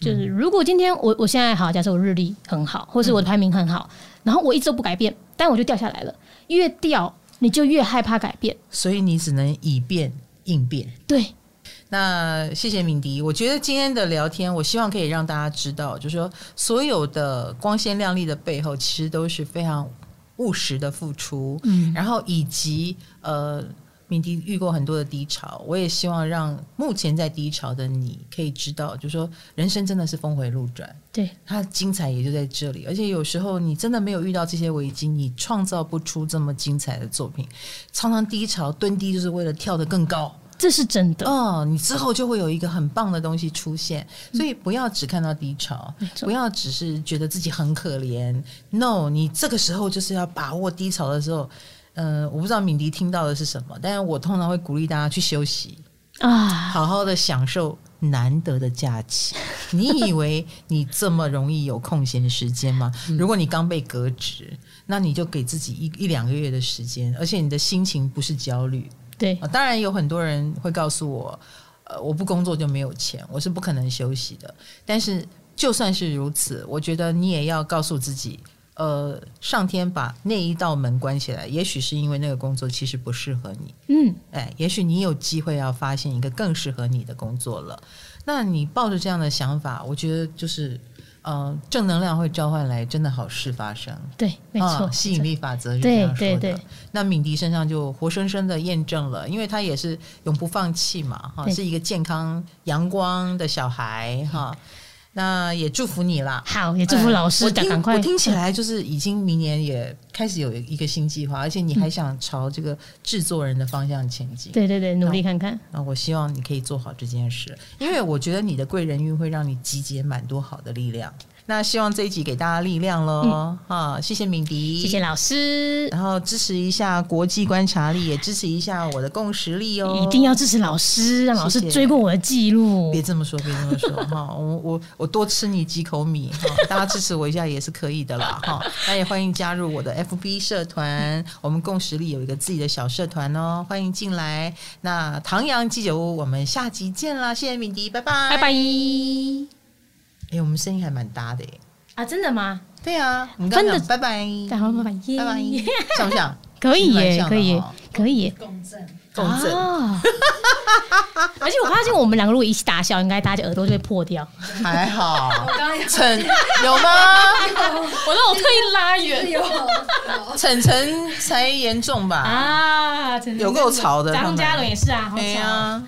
就是如果今天我我现在好，假设我日历很好，或是我的排名很好，然后我一直都不改变，但我就掉下来了。越掉你就越害怕改变，所以你只能以变应变。对，那谢谢敏迪，我觉得今天的聊天，我希望可以让大家知道，就是说所有的光鲜亮丽的背后，其实都是非常务实的付出，嗯，然后以及呃。敏迪遇过很多的低潮，我也希望让目前在低潮的你可以知道，就是说人生真的是峰回路转，对，它精彩也就在这里。而且有时候你真的没有遇到这些危机，你创造不出这么精彩的作品。常常低潮蹲低就是为了跳得更高，这是真的，哦，你之后就会有一个很棒的东西出现，所以不要只看到低潮，嗯没错不要只是觉得自己很可怜。No，你这个时候就是要把握低潮呃的时候。嗯、我不知道敏迪听到的是什么，但是我通常会鼓励大家去休息，啊，好好的享受难得的假期。 你以为你这么容易有空闲时间吗？如果你刚被革职，那你就给自己一一两个月的时间，而且你的心情不是焦虑。对啊当然有很多人会告诉我，呃，我不工作就没有钱，我是不可能休息的。但是就算是如此，我觉得你也要告诉自己。呃，上天把那一道门关起来，也许是因为那个工作其实不适合你，嗯，哎，也许你有机会要发现一个更适合你的工作了。那你抱着这样的想法，我觉得就是，呃，正能量会召唤来真的好事发生。对，没错，啊，吸引力法则是这对样说的。对对那敏迪身上就活生生的验证了，因为他也是永不放弃嘛，哈，对是一个健康阳光的小孩哈。那也祝福你啦。好，也祝福老哎师我听赶快我听起来就是已经明年也开始有一个新计划，而且你还想朝这个制作人的方向前进。对对对，努力看看。啊，我希望你可以做好这件事，因为我觉得你的贵人运会让你集结蛮多好的力量。那希望这一集给大家力量喽！啊，谢谢敏嗯迪，谢谢老师，然后支持一下国际观察力，也支持一下我的共识力哦。一定要支持老师，让老师谢谢追过我的记录别。这么说，别这么说哈！我我我多吃你几口米哈，大家支持我一下也是可以的啦哈。那也欢迎加入我的 FB 社团，我们共识力有一个自己的小社团哦，欢迎进来。那唐阳鸡酒屋，我们下集见啦！谢谢敏迪，拜拜拜拜哎、我们声音还蛮搭的耶。啊！真的吗？对啊，我们刚刚分讲拜拜，然后拜拜耶拜拜，像不像？可以蛮耶，像的可以耶哦，可以耶，共振。共振。啊 而且我发现我们两个如果一起大笑，应该大家耳朵就会破掉。还 好，我刚有晨有吗？我让我特意拉远 有晨晨才严重吧？啊！真的有够吵的他们张嘉伦也是啊，好对吵。啊，